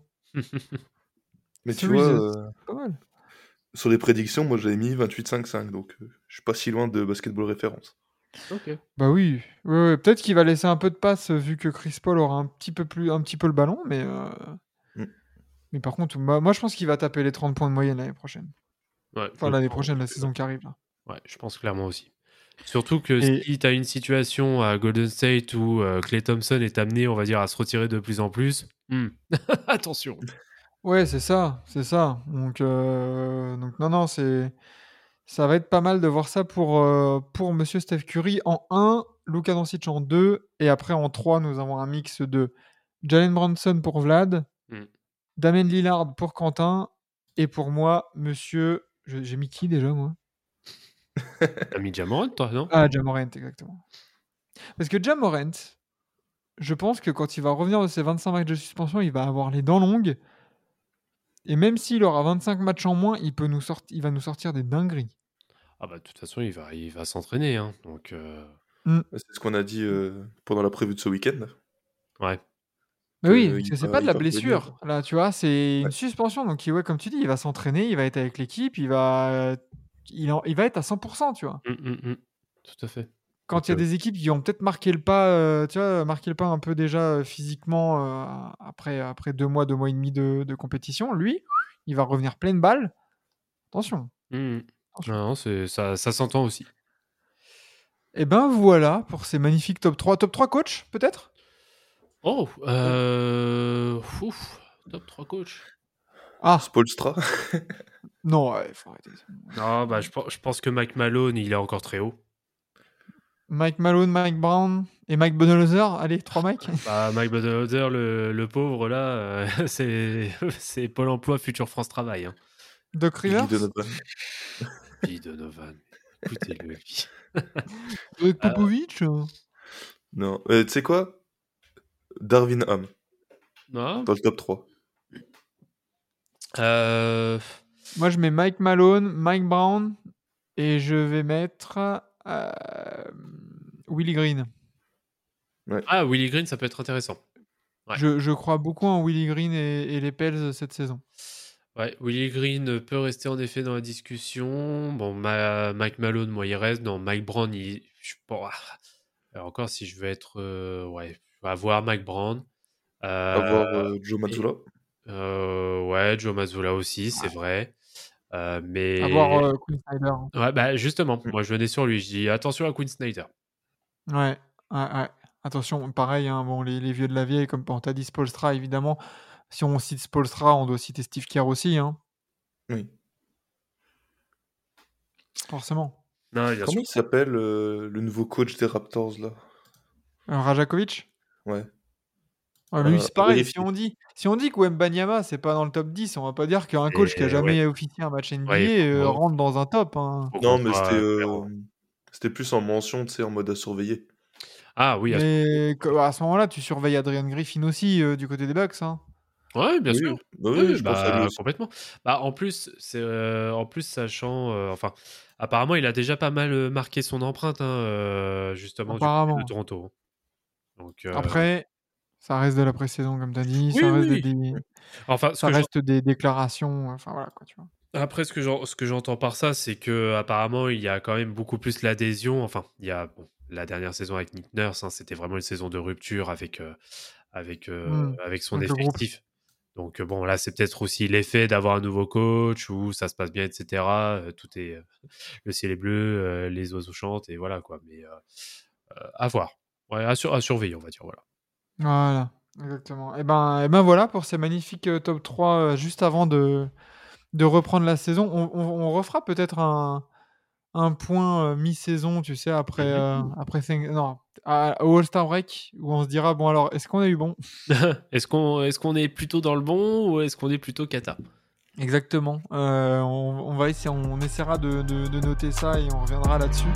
Speaker 4: Mais tu
Speaker 2: Cerise.
Speaker 4: vois, euh,
Speaker 2: Pas mal.
Speaker 4: sur les prédictions, moi j'avais mis 28-5-5, donc euh, je suis pas si loin de basketball référence.
Speaker 2: Bah oui, ouais, ouais, peut-être qu'il va laisser un peu de passe euh, vu que Chris Paul aura un petit peu plus, un petit peu le ballon, mais euh,
Speaker 4: Mm.
Speaker 2: mais par contre, moi, moi, je pense qu'il va taper les 30 points de moyenne l'année prochaine.
Speaker 3: Ouais,
Speaker 2: Enfin
Speaker 3: je-
Speaker 2: l'année prochaine, la saison qui arrive. là.
Speaker 3: Ouais, je pense clairement aussi. Surtout que
Speaker 2: Et-
Speaker 3: si tu as une situation à Golden State où euh, Clay Thompson est amené, on va dire, à se retirer de plus en plus, hmm, attention.
Speaker 2: Ouais, c'est ça, c'est ça. Donc euh, donc non non, c'est ça va être pas mal de voir ça pour euh, pour Monsieur Steph Curry en 1, Luka Doncic en 2 et après en 3, nous avons un mix de Jalen Brunson pour Vlad,
Speaker 3: Mm.
Speaker 2: Damien Lillard pour Quentin et pour moi Monsieur je- j'ai mis qui déjà moi
Speaker 3: T'as mis Jamorant, toi, non
Speaker 2: Ah, Jamorant, exactement. Parce que Jamorant, je pense que quand il va revenir de ses 25 matchs de suspension, il va avoir les dents longues. Et même s'il aura 25 matchs en moins, il, peut nous sorti- il va nous sortir des dingueries.
Speaker 3: Ah bah de toute façon, il va, il va s'entraîner. hein. Donc euh,
Speaker 4: C'est ce qu'on a dit euh, pendant la prévue de ce week-end.
Speaker 3: ouais.
Speaker 2: Mais
Speaker 4: Euh,
Speaker 2: oui,
Speaker 4: il
Speaker 2: parce que c'est
Speaker 4: va-
Speaker 2: pas de
Speaker 4: il
Speaker 2: la
Speaker 4: va revenir.
Speaker 2: blessure. Là, tu vois, c'est une
Speaker 4: Ouais.
Speaker 2: suspension. Donc, il- ouais, comme tu dis, il va s'entraîner, il va être avec l'équipe, il va, il, en- il va être à 100%, tu vois.
Speaker 3: Mm, mm, mm. Tout à fait.
Speaker 2: Quand il y a
Speaker 3: Ok, ouais.
Speaker 2: des équipes qui ont peut-être marqué le pas, euh, tu vois, marqué le pas un peu déjà euh, physiquement euh, après, après deux mois, deux mois et demi de, de compétition, lui, il va revenir pleine balle. Attention.
Speaker 3: Mm, mm. Non, non, c'est- ça, ça s'entend aussi.
Speaker 2: Et ben voilà pour ces magnifiques top 3. Top 3 coach, peut-être
Speaker 3: Oh, euh, ouf, top 3 coach.
Speaker 2: Ah,
Speaker 4: Spolstra.
Speaker 2: non, ouais, faut arrêter.
Speaker 3: Non, bah, je, pe- je pense que Mike Malone, il est encore très haut.
Speaker 2: Mike Malone, Mike Brown et Mike Budenholzer. Allez, trois Mike.
Speaker 3: Bah, Mike Budenholzer, le, le pauvre, là, euh, c'est c'est Pôle emploi, Futur France Travail. Hein.
Speaker 2: Doc
Speaker 4: Guy
Speaker 2: Rivers.
Speaker 4: Donovan.
Speaker 3: Guy Donovan, écoutez-le. Guy.
Speaker 2: Greg Popovich. euh.
Speaker 4: Non. Euh, tu sais quoi Darwin Ham,
Speaker 3: Non,
Speaker 4: dans le top 3.
Speaker 3: euh,
Speaker 2: Moi, je mets Mike Malone, Mike Brown et je vais mettre euh, Willie Green.
Speaker 3: Ah, Willy Green, ça peut être intéressant. Ouais.
Speaker 2: Je, je crois beaucoup en Willie Green et, et les Pels euh, cette saison.
Speaker 3: Ouais, Willie Green peut rester en effet dans la discussion. Bon, Ma- Mike Malone, moi, il reste. Non, Mike Brown, il... je pense. Alors encore, si je veux être. euh, Ouais, je vais avoir Mike Brown. Euh,
Speaker 4: Avoir euh, Joe Mazzulla.
Speaker 3: euh, ouais, Joe Mazzola aussi, c'est vrai. Euh, mais.
Speaker 2: Avoir euh, hmm. Quinn Snyder.
Speaker 3: Ouais, bah justement,
Speaker 4: Mm.
Speaker 3: moi je venais sur lui. Je dis attention à Quinn Snyder.
Speaker 2: Ouais, ouais, ouais. Attention, pareil, hein, bon, les, les vieux de la vieille, comme on t'a dit Spolstra, évidemment. Si on cite Spolstra, on doit citer Steve Kerr aussi, hein,
Speaker 4: Oui.
Speaker 2: forcément.
Speaker 3: Non, bien
Speaker 4: Comment
Speaker 3: sûr.
Speaker 4: il s'appelle euh, le nouveau coach des Raptors là
Speaker 2: Euh, Rajakovic
Speaker 4: Ouais.
Speaker 2: Ouais, mais lui,
Speaker 4: Euh,
Speaker 2: c'est pareil.
Speaker 4: vérifier.
Speaker 2: Si on dit, si on dit que Wembanyama, c'est pas dans le top 10, on va pas dire qu'un coach qui a
Speaker 3: Et
Speaker 2: jamais officié un match NBA
Speaker 3: Ouais,
Speaker 2: euh,
Speaker 3: faut-
Speaker 2: rentre dans un top. hein.
Speaker 3: Faut
Speaker 4: Non,
Speaker 3: qu'on
Speaker 4: mais
Speaker 3: voit,
Speaker 4: c'était
Speaker 3: euh,
Speaker 4: euh,
Speaker 3: clairement.
Speaker 4: c'était plus en mention, tu sais, en mode à surveiller.
Speaker 3: Ah oui, à ce-
Speaker 2: Mais que- à ce moment-là, tu surveilles Adrian Griffin aussi euh, du côté des Bucks. hein.
Speaker 3: ouais, bien
Speaker 4: oui,
Speaker 3: sûr.
Speaker 4: bah oui,
Speaker 3: Oui,
Speaker 4: je pense à
Speaker 3: bah,
Speaker 4: lui aussi.
Speaker 3: complètement. Bah, en plus, c'est euh, en plus sachant, euh, enfin, apparemment, il a déjà pas mal euh, marqué son empreinte, hein, euh, justement, du côté
Speaker 2: Apparemment.
Speaker 3: de Toronto. hein. Donc, euh,
Speaker 2: Après, ça reste de la pré-saison, comme tu as dit. ça
Speaker 3: Oui,
Speaker 2: reste,
Speaker 3: oui.
Speaker 2: des, des-
Speaker 3: enfin, ce
Speaker 2: ça
Speaker 3: que j'en-
Speaker 2: reste des déclarations. Enfin, voilà, quoi, tu vois.
Speaker 3: après, ce que j'en- ce que j'entends par ça, c'est que apparemment, il y a quand même beaucoup plus l'adhésion. Enfin, il y a bon, la dernière saison avec Nick Nurse, hein, c'était vraiment une saison de rupture avec euh, avec euh,
Speaker 2: Mm,
Speaker 3: avec son
Speaker 2: avec le groupe.
Speaker 3: effectif. Donc euh, bon, là, c'est peut-être aussi l'effet d'avoir un nouveau coach où ça se passe bien, etc. Euh, tout est le ciel est bleu, euh, les oiseaux chantent et voilà quoi. Mais euh, euh, à voir, Ouais, à, sur- à surveiller, on va dire voilà.
Speaker 2: Voilà, exactement. Et ben, et ben voilà pour ces magnifiques euh, top 3 euh, juste avant de, de reprendre la saison. On, on- on refera peut-être un, un point euh, mi-saison, tu sais, après, euh, après Thank- non, à- au All-Star Break, où on se dira, bon alors, est-ce qu'on a eu bon
Speaker 3: est-ce qu'on est-ce qu'on est plutôt dans le bon ou est-ce qu'on est plutôt cata
Speaker 2: Exactement. Euh, on, on va essayer, on, essaiera de, de- de noter ça et on reviendra là-dessus.